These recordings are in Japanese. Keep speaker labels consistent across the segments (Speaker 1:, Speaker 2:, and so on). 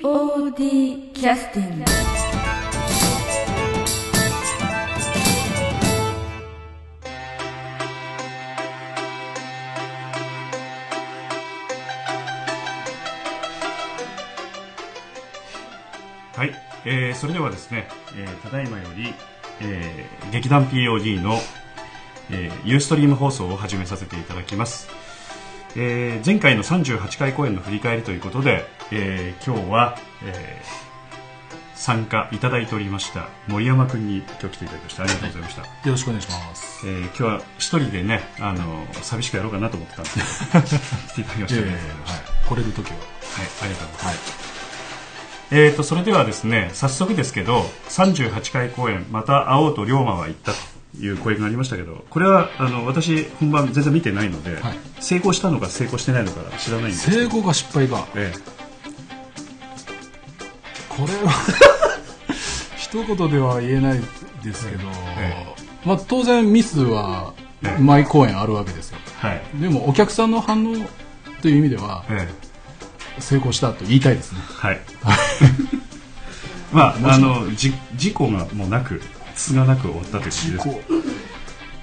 Speaker 1: POD キャスティング
Speaker 2: はい、えー、それではですね、えー、ただいまより、えー、劇団 POD の、えー、ユーストリーム放送を始めさせていただきます、えー、前回の38回公演の振り返りということで、えー、今日は、えー、参加いただいておりました森山君に今日来ていただきましたありがとうございました、
Speaker 3: よろしくお願いします。
Speaker 2: えー、今日は一人でねあの寂しくやろうかなと思 ってたんで来ていただきました、
Speaker 3: はい、来
Speaker 2: はい、あ
Speaker 3: れる時は。
Speaker 2: りがとうございます
Speaker 3: はい。
Speaker 2: えー、とそれではですね早速ですけど38回公演また会おうと龍馬は言ったという声がありましたけどこれはあの私本番全然見てないので、
Speaker 3: はい
Speaker 2: 成功したのか成功してないのか知らないんですけ
Speaker 3: 成
Speaker 2: ど、
Speaker 3: 功か失敗か。
Speaker 2: え
Speaker 3: これ は、一言では言えないですけど、
Speaker 2: え
Speaker 3: まあ当然ミスは
Speaker 2: ええ
Speaker 3: 毎公演あるわけですよ。
Speaker 2: えはい
Speaker 3: でもお客さんの反応という意味では
Speaker 2: え
Speaker 3: 成功したと言いたいですね
Speaker 2: え。 はいまああのじ事故がもうなくつがなく終わったという
Speaker 3: 事
Speaker 2: 感じで
Speaker 3: 故、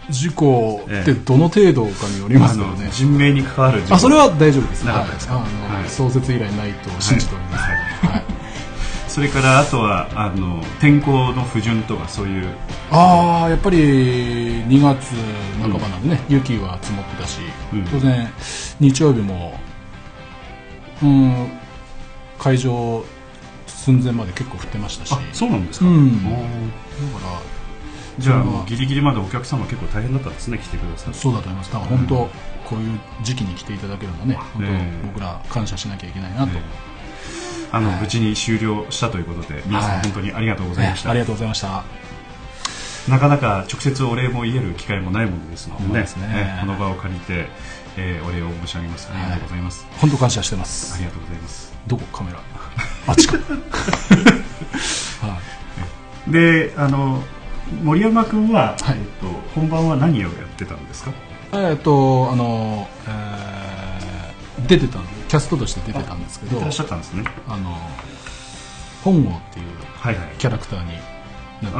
Speaker 3: 事故
Speaker 2: ええ
Speaker 3: ってどの程度かによります
Speaker 2: あ
Speaker 3: けど
Speaker 2: の
Speaker 3: ね。
Speaker 2: 人命に関わる事故
Speaker 3: あ、それは大丈夫です。
Speaker 2: なかったですか
Speaker 3: はいあの
Speaker 2: はい
Speaker 3: 創設以来ないと信じております。はい
Speaker 2: それからあとはあの天候の不順とかそういう
Speaker 3: ああやっぱり2月半ばなんでね、雪は積もってたし、
Speaker 2: うん
Speaker 3: 当然日曜日もうん会場寸前まで結構降ってましたし
Speaker 2: あそうなんですか、
Speaker 3: うん
Speaker 2: おー
Speaker 3: だから
Speaker 2: じゃあ
Speaker 3: それは
Speaker 2: もうギリギリまでお客様結構大変だったんですね来てくださって
Speaker 3: そうだと思いますだから本当、こういう時期に来ていただけるのはね本
Speaker 2: ええ
Speaker 3: 当僕ら感謝しなきゃいけないなと、
Speaker 2: えあの、無事に終了したということで皆さん
Speaker 3: はい
Speaker 2: 本当にありがとうございました、
Speaker 3: ありがとうございました
Speaker 2: なかなか直接お礼も言える機会もないものですので,、
Speaker 3: ほんまですね
Speaker 2: この場を借りて、えーお礼を申し上げますありがとうございます、
Speaker 3: 本当感謝してます、
Speaker 2: ありがとうございます
Speaker 3: どこカメラあっちかはい
Speaker 2: であの森山君は、
Speaker 3: はい
Speaker 2: えっと、本番は何をやってたんですか
Speaker 3: えっとあの、えー出てたんでキャストとして出てたんですけ
Speaker 2: い
Speaker 3: ど
Speaker 2: らっ
Speaker 3: あ
Speaker 2: しゃったんですね
Speaker 3: の本郷っていう
Speaker 2: はいはい
Speaker 3: キャラクターになって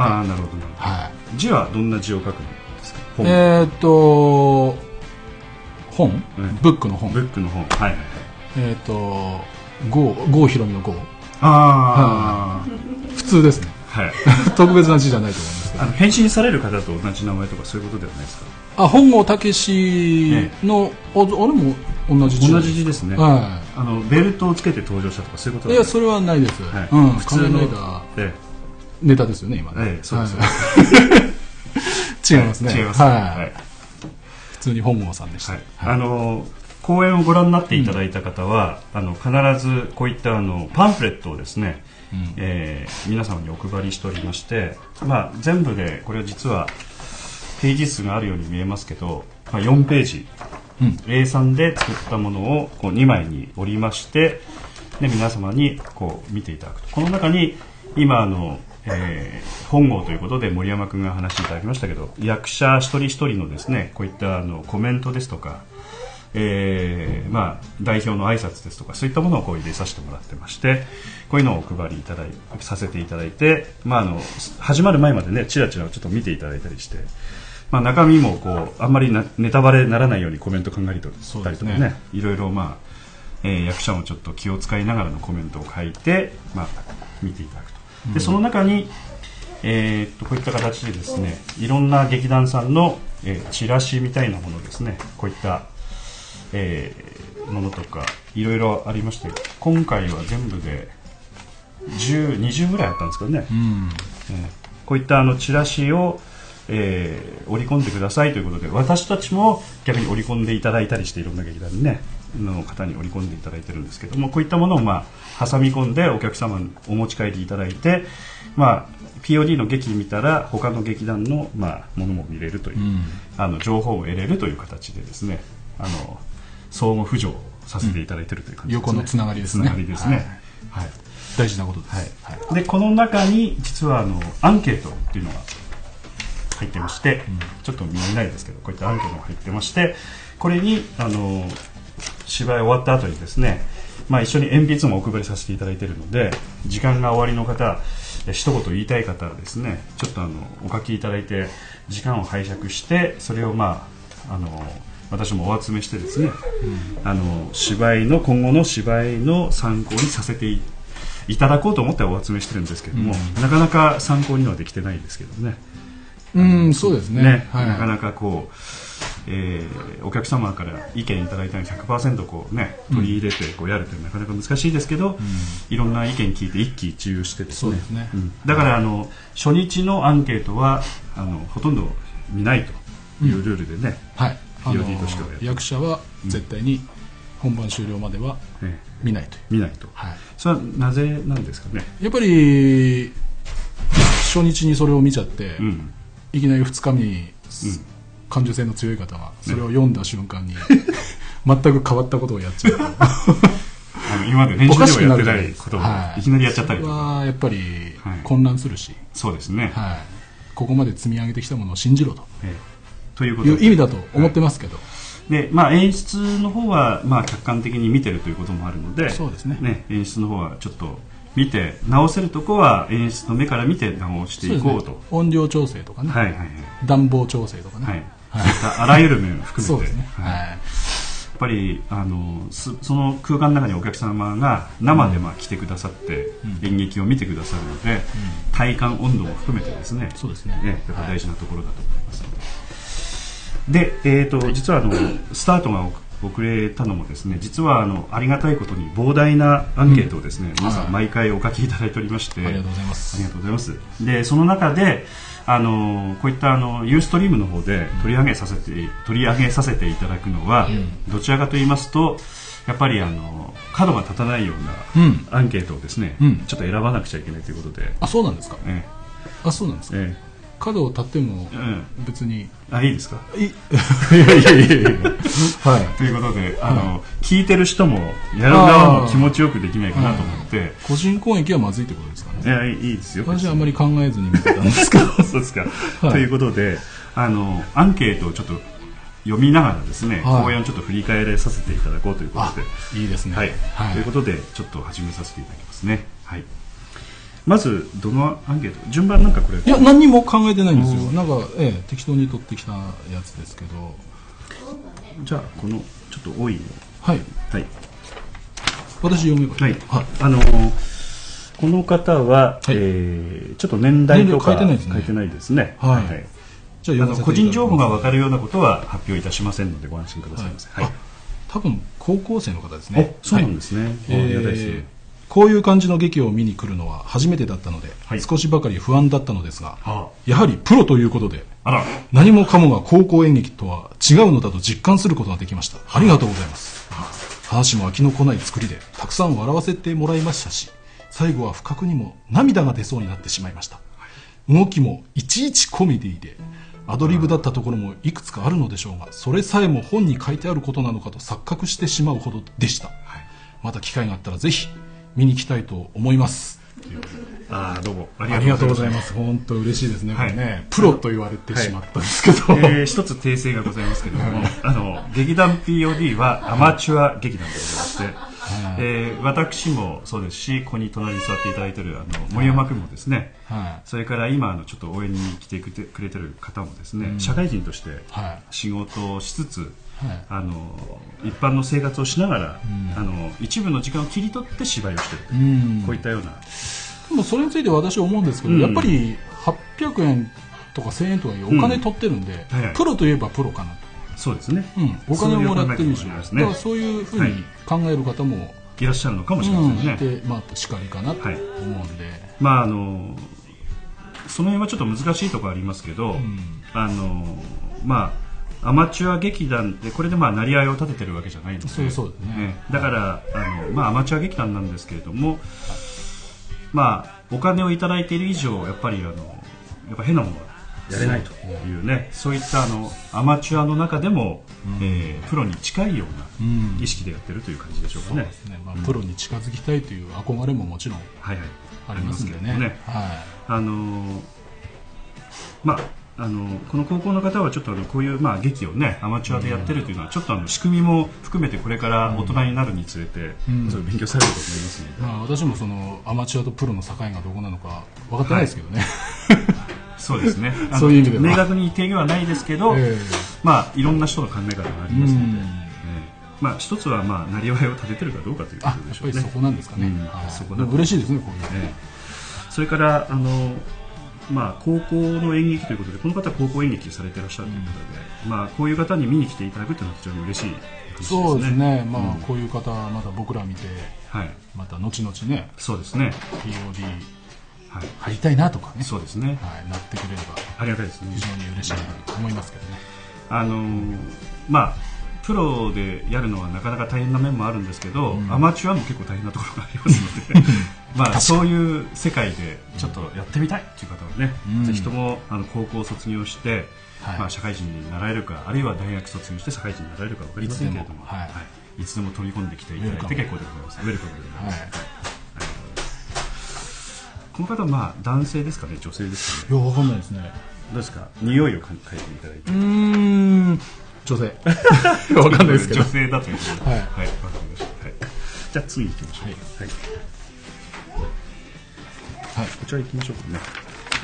Speaker 2: ああなるほどなるほど
Speaker 3: はい
Speaker 2: 字はどんな字を書くんですか本、
Speaker 3: えっと本、
Speaker 2: うん
Speaker 3: ブックの本
Speaker 2: ブックの本はいはいはい
Speaker 3: えっと郷郷ひろみの郷
Speaker 2: あ
Speaker 3: 普通ですね
Speaker 2: あはい
Speaker 3: 特別な字じゃないと思うんですけ ど
Speaker 2: あの変身される方と同じ名前とかそういうことではないですか
Speaker 3: あ本郷武史の、おあれも同じ字
Speaker 2: 同じ字ですね、
Speaker 3: は
Speaker 2: あのベルトをつけて登場したとかそういうこ
Speaker 3: い
Speaker 2: と
Speaker 3: い
Speaker 2: は
Speaker 3: やそれはないです、
Speaker 2: はい
Speaker 3: うん
Speaker 2: 普通の
Speaker 3: 仮面ライダー
Speaker 2: え
Speaker 3: ネタですよね今ね、
Speaker 2: えええそうです
Speaker 3: はい違い ますね、
Speaker 2: 違いますねはい、はい
Speaker 3: 普通に本郷さんでした、
Speaker 2: あの公演をご覧になっていただいた方は、あの必ずこういったあのパンフレットをですね、
Speaker 3: うん
Speaker 2: えー皆様にお配りしておりまして、まあ、全部でこれは実はページ数があるように見えますけど、まあ、4ページ
Speaker 3: うん
Speaker 2: A3 で作ったものをこう2枚に折りましてで皆様にこう見ていただくとこの中に今あの、えー本郷ということで森山君が話していただきましたけど役者一人一人のですねこういったあのコメントですとか、えーまあ、代表の挨拶ですとかそういったものをこう入れさせてもらってましてこういうのをお配りいただいさせていただいて、まあ、あの始まる前までねちらちらちょっと見ていただいたりして。まあ、中身もこうあんまりなネタバレにならないようにコメント考えりと
Speaker 3: そう
Speaker 2: た
Speaker 3: で
Speaker 2: り
Speaker 3: す
Speaker 2: とか
Speaker 3: ね
Speaker 2: ねいろいろ、まあえー役者もちょっと気を使いながらのコメントを書いて、まあ、見ていただくと、でその中に、えーっとこういった形でですねいろんな劇団さんの、えーチラシみたいなものですねこういった、えーものとかいろいろありまして今回は全部で10、20ぐらいあったんですけどね、
Speaker 3: うん
Speaker 2: えーこういったあのチラシを、えー織り込んでくださいということで私たちも逆に織り込んでいただいたりしていろんな劇団にねの方に織り込んでいただいてるんですけどもこういったものを、まあ、挟み込んでお客様にお持ち帰りいただいて、まあ、POD の劇見たら他の劇団の、まあ、ものも見れるという、
Speaker 3: うん
Speaker 2: あの情報を得れるという形でですねあの相互扶助させていただいてるという感じですね、
Speaker 3: 横のつながりです
Speaker 2: つ
Speaker 3: ね
Speaker 2: ながりですね、はい
Speaker 3: 大事なことです、
Speaker 2: は
Speaker 3: はい
Speaker 2: い、でこの中に実はあのアンケートっていうのが入ってまして、ちょっと見えないですけどこういったアンケートが入ってましてこれにあの芝居終わった後にですね、まあ、一緒に鉛筆もお配りさせていただいているので時間が終わりの方え一言言いたい方はですねちょっとあのお書きいただいて時間を拝借してそれをまああの私もお集めしてですね、あの芝居の今後の芝居の参考にさせていいただこうと思ってお集めしてるんですけども、なかなか参考にはできてないですけどね。
Speaker 3: うん、そうですね。
Speaker 2: ね
Speaker 3: はい、
Speaker 2: なかなかこう、えーお客様から意見いただいたのに100%こう、ね、取り入れてこうやるというのはなかなか難しいですけど、いろんな意見聞いて一喜一憂してです
Speaker 3: そ
Speaker 2: ね
Speaker 3: うですね
Speaker 2: うんだからあの初日のアンケートはあのほとんど見ないというルールでね、
Speaker 3: はい。あの
Speaker 2: POD としてはやる
Speaker 3: 役者は絶対に本番終了までは
Speaker 2: え
Speaker 3: 見ないという。
Speaker 2: ー見ないと
Speaker 3: はい。
Speaker 2: それはなぜなんですかね、
Speaker 3: やっぱり初日にそれを見ちゃって、
Speaker 2: うん、
Speaker 3: いきなり2日目に、感受性の強い方はそれを読んだ瞬 間に、全く変わったことをやっちゃうと
Speaker 2: あの今まで練
Speaker 3: おか
Speaker 2: 習
Speaker 3: し
Speaker 2: で
Speaker 3: く
Speaker 2: は
Speaker 3: な
Speaker 2: やって
Speaker 3: るじゃ
Speaker 2: な
Speaker 3: ない
Speaker 2: い
Speaker 3: です
Speaker 2: こ
Speaker 3: か
Speaker 2: とを
Speaker 3: はい
Speaker 2: いきなりやっちゃったりと
Speaker 3: それ
Speaker 2: か
Speaker 3: はやっぱり
Speaker 2: はい
Speaker 3: 混乱するし、
Speaker 2: そうですね、
Speaker 3: はいここまで積み上げてきたものを信じろと
Speaker 2: えーということ
Speaker 3: い
Speaker 2: で
Speaker 3: う意味だと思ってますけど、
Speaker 2: で、まあ、演出の方は、まあ、客観的に見てるということもあるので
Speaker 3: そうですね
Speaker 2: 演出の方はちょっと見て直せるとこは演出の目から見て直していこうと
Speaker 3: そうですね音量調整とかね、
Speaker 2: はいはいはい
Speaker 3: 暖房調整とかね、
Speaker 2: はい、そういったあらゆる面を含めて
Speaker 3: そうですね、
Speaker 2: はいや
Speaker 3: は
Speaker 2: っ
Speaker 3: い
Speaker 2: ぱりあのすその空間の中にお客様が生でまあ来てくださって、演劇を見てくださるので、体感温度も含めてですね
Speaker 3: そうですね
Speaker 2: ね、やっぱ大事なところだと思います、で、えー、と実はあのスタートが遅れたのもですね実はあのありがたいことに膨大なアンケートをですね、皆さ
Speaker 3: は
Speaker 2: ん
Speaker 3: い
Speaker 2: 毎回お書きいただいておりまして、
Speaker 3: ありがとうございます
Speaker 2: ありがとうございますでその中であのこういったあのユーストリームの方で取り上げさせて取り上げさせていただくのは、どちらかと言いますとやっぱりあの角が立たないよう
Speaker 3: うん
Speaker 2: なアンケートをですね、
Speaker 3: うん
Speaker 2: ちょっと選ばなくちゃいけないということで、
Speaker 3: あそうなんですか
Speaker 2: え
Speaker 3: あそうなんです
Speaker 2: え
Speaker 3: か
Speaker 2: え
Speaker 3: 角を立っても
Speaker 2: えうん、
Speaker 3: 別に
Speaker 2: あいいです か
Speaker 3: いいやいやいやいやはい
Speaker 2: ということで、あの、聞いてる人も、やる側も気持ちよくできないかなと思って、
Speaker 3: 個人攻撃はまずいってことですかね
Speaker 2: いや、いいですよ。
Speaker 3: 私はあんまり考えずに見てたんですけど
Speaker 2: そうですか。
Speaker 3: い
Speaker 2: ということで、あの、アンケートをちょっと読みながらですね、
Speaker 3: はい
Speaker 2: 講演をちょっと振り返らさせていただこうと いうことで、
Speaker 3: いいですね
Speaker 2: はい、
Speaker 3: は
Speaker 2: という
Speaker 3: い
Speaker 2: ことで、ちょっと始めさせていただきますね。はい。まず、どのアンケート順番なんかこれ、
Speaker 3: いや何にも考えてないんですよなんか、ええ、適当に取ってきたやつですけど
Speaker 2: じゃあ、この、ちょっと多いの。
Speaker 3: はい
Speaker 2: はい。
Speaker 3: 私読めば
Speaker 2: はいい
Speaker 3: い、はい、
Speaker 2: あのーこの方は、
Speaker 3: はい
Speaker 2: えーちょっと年代とか
Speaker 3: 年齢書いてないですね
Speaker 2: 書いてないですね
Speaker 3: はいじゃあ
Speaker 2: あ
Speaker 3: 読ま
Speaker 2: の
Speaker 3: せて
Speaker 2: 個人情報が分か
Speaker 3: る
Speaker 2: るようなことは発表いたしませんのでご安心くださいませ、
Speaker 3: はい
Speaker 2: はい
Speaker 3: 多分高校生の方です
Speaker 2: お
Speaker 3: ね
Speaker 2: そうな
Speaker 3: は
Speaker 2: ん
Speaker 3: い
Speaker 2: ですね、
Speaker 3: え
Speaker 2: ありがたいですね
Speaker 3: ーこういう感じの劇を見に来るのは初めてだったので、
Speaker 2: はい
Speaker 3: 少しばかり不安だったのですが、
Speaker 2: あ
Speaker 3: やはりプロということで
Speaker 2: あら
Speaker 3: 何もかもが高校演劇とは違うのだと実感することができましたありがとうございます話も飽きのこない作りでたくさん笑わせてもらいましたし最後は不覚にも涙が出そうになってしまいました動きもいちいちコメディでアドリブだったところもいくつかあるのでしょうがそれさえも本に書いてあることなのかと錯覚してしまうほどでした、また機会があったらぜひ見に行きたいと思います
Speaker 2: あーどうもあ
Speaker 3: ありがとうござい
Speaker 2: す
Speaker 3: ます本当嬉しいですね、
Speaker 2: はい
Speaker 3: これねプロと言われてしまったんですけど、
Speaker 2: えー一つ訂正がございますけれども、あの劇団 POD はアマチュア劇団でございまして、えー私もそうですしここに隣に座っていただいているあの森山君もですね、
Speaker 3: はい
Speaker 2: それから今あのちょっと応援に来てくれてくれてる方もですね、社会人として
Speaker 3: は
Speaker 2: 仕事をしつつ、
Speaker 3: はい
Speaker 2: あの一般の生活をしながら、あの一部の時間を切り取って芝居をしてるという、
Speaker 3: ん
Speaker 2: こういったような
Speaker 3: でもそれについて私思うんですけど、
Speaker 2: うん
Speaker 3: やっぱり800円とか1000円とかいうお金取ってるんで、
Speaker 2: はいはい
Speaker 3: プロといえばプロかなと、
Speaker 2: そうですね、
Speaker 3: うん、お金をもらってるし
Speaker 2: そういう考え方もあります
Speaker 3: だ
Speaker 2: ね
Speaker 3: からそういうふうに考える方も、
Speaker 2: いらっしゃるのかもしれ
Speaker 3: う
Speaker 2: ま
Speaker 3: ん
Speaker 2: せんね。
Speaker 3: いて、まあ、しかりかなと思
Speaker 2: はい
Speaker 3: うんで、
Speaker 2: まああのその辺はちょっと難しいところありますけど、あのまあアマチュア劇団ってこれでまあ成り合いを立ててるわけじゃないので
Speaker 3: そうそうですね
Speaker 2: だからあの、まあ、アマチュア劇団なんですけれども、まあ、お金をいただいている以上やっぱりあのやっぱ変なものはやれないというねそういったあのアマチュアの中でも、えープロに近いよう
Speaker 3: うん
Speaker 2: な意識でやってるという感じでしょうかね。
Speaker 3: ねまあ、プロに近づきたいという憧れももちろん
Speaker 2: はいはい
Speaker 3: ありますんで
Speaker 2: あり
Speaker 3: ね
Speaker 2: ますけどね
Speaker 3: は
Speaker 2: あのーまああのこの高校の方はちょっとあのこういう、まあ、劇をねアマチュアでやってるというのは、ちょっとあの仕組みも含めてこれから大人になるにつれて、
Speaker 3: うん
Speaker 2: ちょっと勉強されると思いますので、
Speaker 3: まあ、私もそのアマチュアとプロの境がどこなのか分かってないですけどね、
Speaker 2: そうですねあの
Speaker 3: そういう意味では
Speaker 2: 明確に定義はないですけど、
Speaker 3: え
Speaker 2: まあ、いろんな人の考え方があり
Speaker 3: えう
Speaker 2: ますので、
Speaker 3: ん
Speaker 2: ええまあ、一つは、まあ、なりわいを立ててるかどうかというこ
Speaker 3: あ
Speaker 2: とで
Speaker 3: やっ
Speaker 2: しょ
Speaker 3: ぱ
Speaker 2: う
Speaker 3: り
Speaker 2: ね
Speaker 3: そ。こなんですかね、
Speaker 2: うん
Speaker 3: はい
Speaker 2: そこ
Speaker 3: で
Speaker 2: だ
Speaker 3: も嬉しいですねこういう
Speaker 2: ええそれからあの、まあ、高校の演劇ということでこの方は高校演劇されてらっしゃるということで、まあ、こういう方に見に来ていただくというのは非常に嬉しい話ですね。
Speaker 3: そうですね、まあ、
Speaker 2: うん
Speaker 3: こういう方また僕ら見て
Speaker 2: はい、
Speaker 3: また後々ね
Speaker 2: そうですね、
Speaker 3: POD
Speaker 2: はい、
Speaker 3: 入りたいなとかね、
Speaker 2: そうですね、
Speaker 3: はい、なってくれれば
Speaker 2: ありがたいですね
Speaker 3: 非。常に嬉しいと思いますけどね、
Speaker 2: あのーまあプロでやるのはなかなか大変な面もあるんですけど、
Speaker 3: うん
Speaker 2: アマチュアも結構大変なところがあります のでま
Speaker 3: か
Speaker 2: あ
Speaker 3: に
Speaker 2: そういう世界でちょっとやってみたいという方はね、
Speaker 3: うん
Speaker 2: ぜひともあの高校を卒業して、
Speaker 3: はい
Speaker 2: まあ、社会人になられるかあるいは大学卒業して社会人になられるか分かりませんけれども
Speaker 3: いつでもはい
Speaker 2: いつでも飛び込んできていただいて結構でございますウェルカムでございます
Speaker 3: はい、
Speaker 2: この方はまあ男性ですかね女性ですかね
Speaker 3: いや分かんないですね
Speaker 2: どうですか匂いを嗅い嗅いでいただいて
Speaker 3: うーん女 性分かんないですけ ど
Speaker 2: 女性だということで
Speaker 3: は
Speaker 2: は
Speaker 3: い
Speaker 2: い、わかりました。はい。じゃあ次行きましょう。
Speaker 3: はい
Speaker 2: はい。
Speaker 3: はい
Speaker 2: こちら行きましょうかね。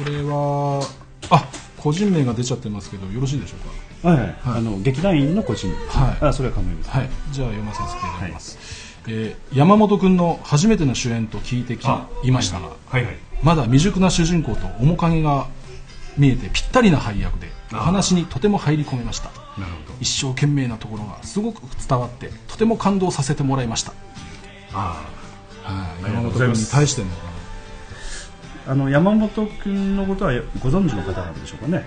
Speaker 3: これはあ個人名が出ちゃってますけどよろしいでしょうか
Speaker 2: はい、はい、あの劇団員の個人。
Speaker 3: はい
Speaker 2: あ、それは構いません。
Speaker 3: はい、じゃあ読ませていただきます、えー山本君の初めての主演と聞いてき
Speaker 2: あ
Speaker 3: いましたが、
Speaker 2: はいはい。
Speaker 3: まだ未熟な主人公と面影が見えてぴったりな配役でお
Speaker 2: あー
Speaker 3: 話にとても入り込めました
Speaker 2: なるほど。
Speaker 3: 一生懸命なところがすごく伝わってとても感動させてもらいました、
Speaker 2: あ
Speaker 3: はい、
Speaker 2: ありが
Speaker 3: 山
Speaker 2: とう
Speaker 3: 本
Speaker 2: ござい
Speaker 3: 君
Speaker 2: ます
Speaker 3: に対しての
Speaker 2: あ。あの山本君のことはご存知の方なんでしょうかね。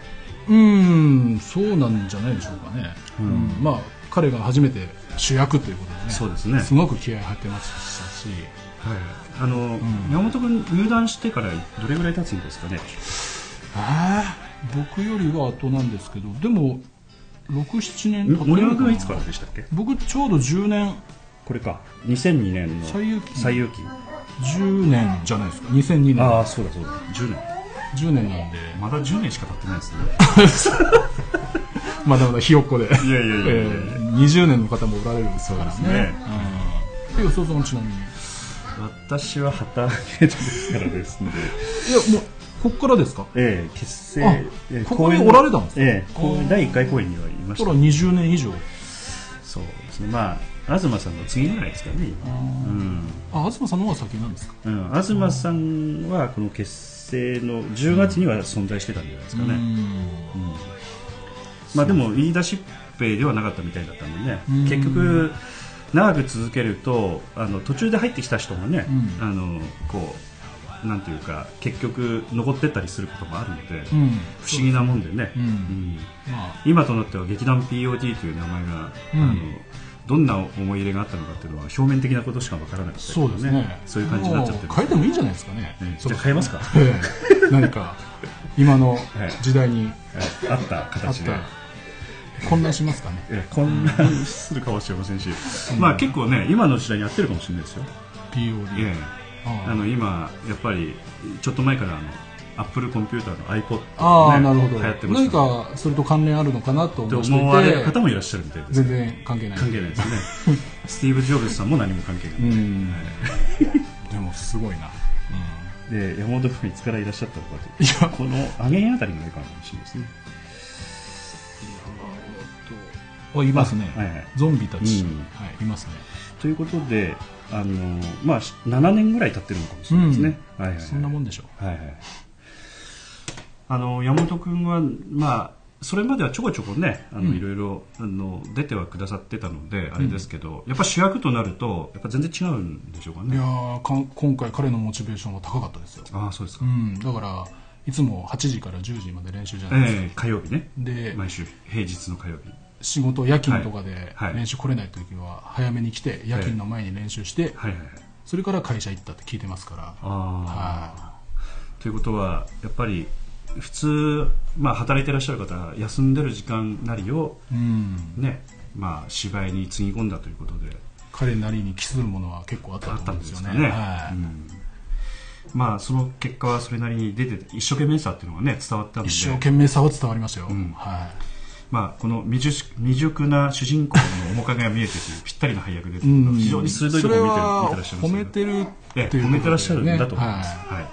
Speaker 3: うーんそうなんじゃないでしょうかね、うんまあ彼が初めて主役ということでね
Speaker 2: そうですね
Speaker 3: すごく気合い入ってましたし
Speaker 2: はい。あの、山本君入団してからどれぐらい経つんですかね。
Speaker 3: あー僕よりは後なんですけどでも67年経ってるの
Speaker 2: 森
Speaker 3: かな
Speaker 2: 山君はいつからでしたっけ。
Speaker 3: 僕ちょうど10年
Speaker 2: これか。2002年の
Speaker 3: 最有期
Speaker 2: 最有期。
Speaker 3: 10年じゃないですか2002年
Speaker 2: ああ、そうだそうだ。10年。
Speaker 3: 10年なんで
Speaker 2: まだ10年しか経ってないですね。
Speaker 3: まだまだひよっこで
Speaker 2: いやいやいや
Speaker 3: え
Speaker 2: いや
Speaker 3: ー20年の方もおられるそうです
Speaker 2: ね
Speaker 3: ねうん予想さんちなみにい
Speaker 2: 私は旗揚げですからですね。
Speaker 3: やもうこっからですか
Speaker 2: ええ、結成、
Speaker 3: あ
Speaker 2: ええ
Speaker 3: ここ
Speaker 2: 公演
Speaker 3: におられたんですか
Speaker 2: ええ、公演
Speaker 3: あー
Speaker 2: 第1回公演にはいまし
Speaker 3: そ
Speaker 2: た
Speaker 3: ら20年以上
Speaker 2: そうですねまあ東さんの次ぐらいですかね今うん、
Speaker 3: あ東さんの方が先なんですか
Speaker 2: うん、東さんはこの結成の10月には存在してたんじゃないですかね、うんまあでも言い出しっぺではなかったみたいだったんでね
Speaker 3: うん
Speaker 2: 結局長く続けるとあの途中で入ってきた人もね、
Speaker 3: うん
Speaker 2: あのこうなんていうか結局残ってったりすることもあるので、
Speaker 3: うん
Speaker 2: 不思議なもんでね、
Speaker 3: うん
Speaker 2: うん
Speaker 3: まあ
Speaker 2: 今となっては劇団 POD という名前が、
Speaker 3: うん
Speaker 2: あのどんな思い入れがあったのかっていうのは表面的なことしかわからなかったりと
Speaker 3: そう
Speaker 2: か
Speaker 3: ですね
Speaker 2: そういう感じになっちゃって
Speaker 3: もう変えてもいいんじゃないですかね
Speaker 2: うんじ
Speaker 3: そろ
Speaker 2: ゃあ
Speaker 3: そ
Speaker 2: 変え
Speaker 3: ろ
Speaker 2: ますか、
Speaker 3: ええ何か 今の時代に
Speaker 2: あった
Speaker 3: あっ
Speaker 2: 形で
Speaker 3: た混乱しますかね
Speaker 2: え混乱するかもしれませんし、まあ結構ね今の時代にやってるかもしれないですよ、え
Speaker 3: POD
Speaker 2: え
Speaker 3: ああ
Speaker 2: あの今やっぱりちょっと前からあのアップルコンピューターの iPod
Speaker 3: ああ、
Speaker 2: ね
Speaker 3: なるほど
Speaker 2: 流行ってまし
Speaker 3: 何
Speaker 2: たね
Speaker 3: かそれと関連あるのかなと思
Speaker 2: と
Speaker 3: って
Speaker 2: 思われる
Speaker 3: い
Speaker 2: 方
Speaker 3: て
Speaker 2: もいらっしゃるみたいです
Speaker 3: 全然関係ない
Speaker 2: 関係ないですね スティーブ・ジョブズさんも何も関係ない、
Speaker 3: うん でもすごいな、
Speaker 2: で山本君いつからいらっしゃったのかと
Speaker 3: いや
Speaker 2: この揚げあたりがいいかもしれないですね
Speaker 3: うん、いますね、
Speaker 2: はいはい
Speaker 3: ゾンビたち、
Speaker 2: うん
Speaker 3: はい、いますね、
Speaker 2: ということであの、まあ、し7年ぐらい経ってるのかもしれないですね、はいはいはい
Speaker 3: そんなもんでしょう
Speaker 2: はいはいあの山本君は、まあ、それまではちょこちょこねあの、
Speaker 3: うん
Speaker 2: いろいろあの出てはくださってたのであれですけど、やっぱ主役となるとやっぱ全然違うんでしょうか
Speaker 3: いや
Speaker 2: ね
Speaker 3: ーかん今回彼のモチベーションは高かったですよ、
Speaker 2: ああそうです
Speaker 3: う
Speaker 2: か、
Speaker 3: ん、だからいつも8時から10時まで練習じゃないですか、
Speaker 2: ええ火曜日ね
Speaker 3: で
Speaker 2: 毎週平日の火曜日
Speaker 3: 仕事夜勤とかで
Speaker 2: はい
Speaker 3: 練習来れない時は早めに来て夜勤の前に練習して、
Speaker 2: はいはいはい
Speaker 3: それから会社行ったって聞いてますから
Speaker 2: ああ、
Speaker 3: は
Speaker 2: ということはやっぱり普通、まあ、働いてらっしゃる方休んでる時間なりを、
Speaker 3: い、うん、
Speaker 2: ねまあ、芝居につぎ込んだということで
Speaker 3: 彼なりに期するものは結構あった
Speaker 2: あ
Speaker 3: と
Speaker 2: った
Speaker 3: 思うんん
Speaker 2: で
Speaker 3: ですす
Speaker 2: か
Speaker 3: よ
Speaker 2: ね
Speaker 3: ね。はい
Speaker 2: うんまあその結果はそれなりに出て一生懸命さっていうのがね伝わったので
Speaker 3: 一生懸命さは伝わりましたよ、
Speaker 2: ん
Speaker 3: は
Speaker 2: まあ、この未熟未熟な主人公の面影が見えてというぴったりの配役で
Speaker 3: い、うん、
Speaker 2: 非常に鋭いところを見て見てらっしゃいます
Speaker 3: それは褒
Speaker 2: ね
Speaker 3: めてる
Speaker 2: え
Speaker 3: っ
Speaker 2: え
Speaker 3: ていう
Speaker 2: 褒め
Speaker 3: ことだよね
Speaker 2: てらっしゃるんだと思います、
Speaker 3: は
Speaker 2: はい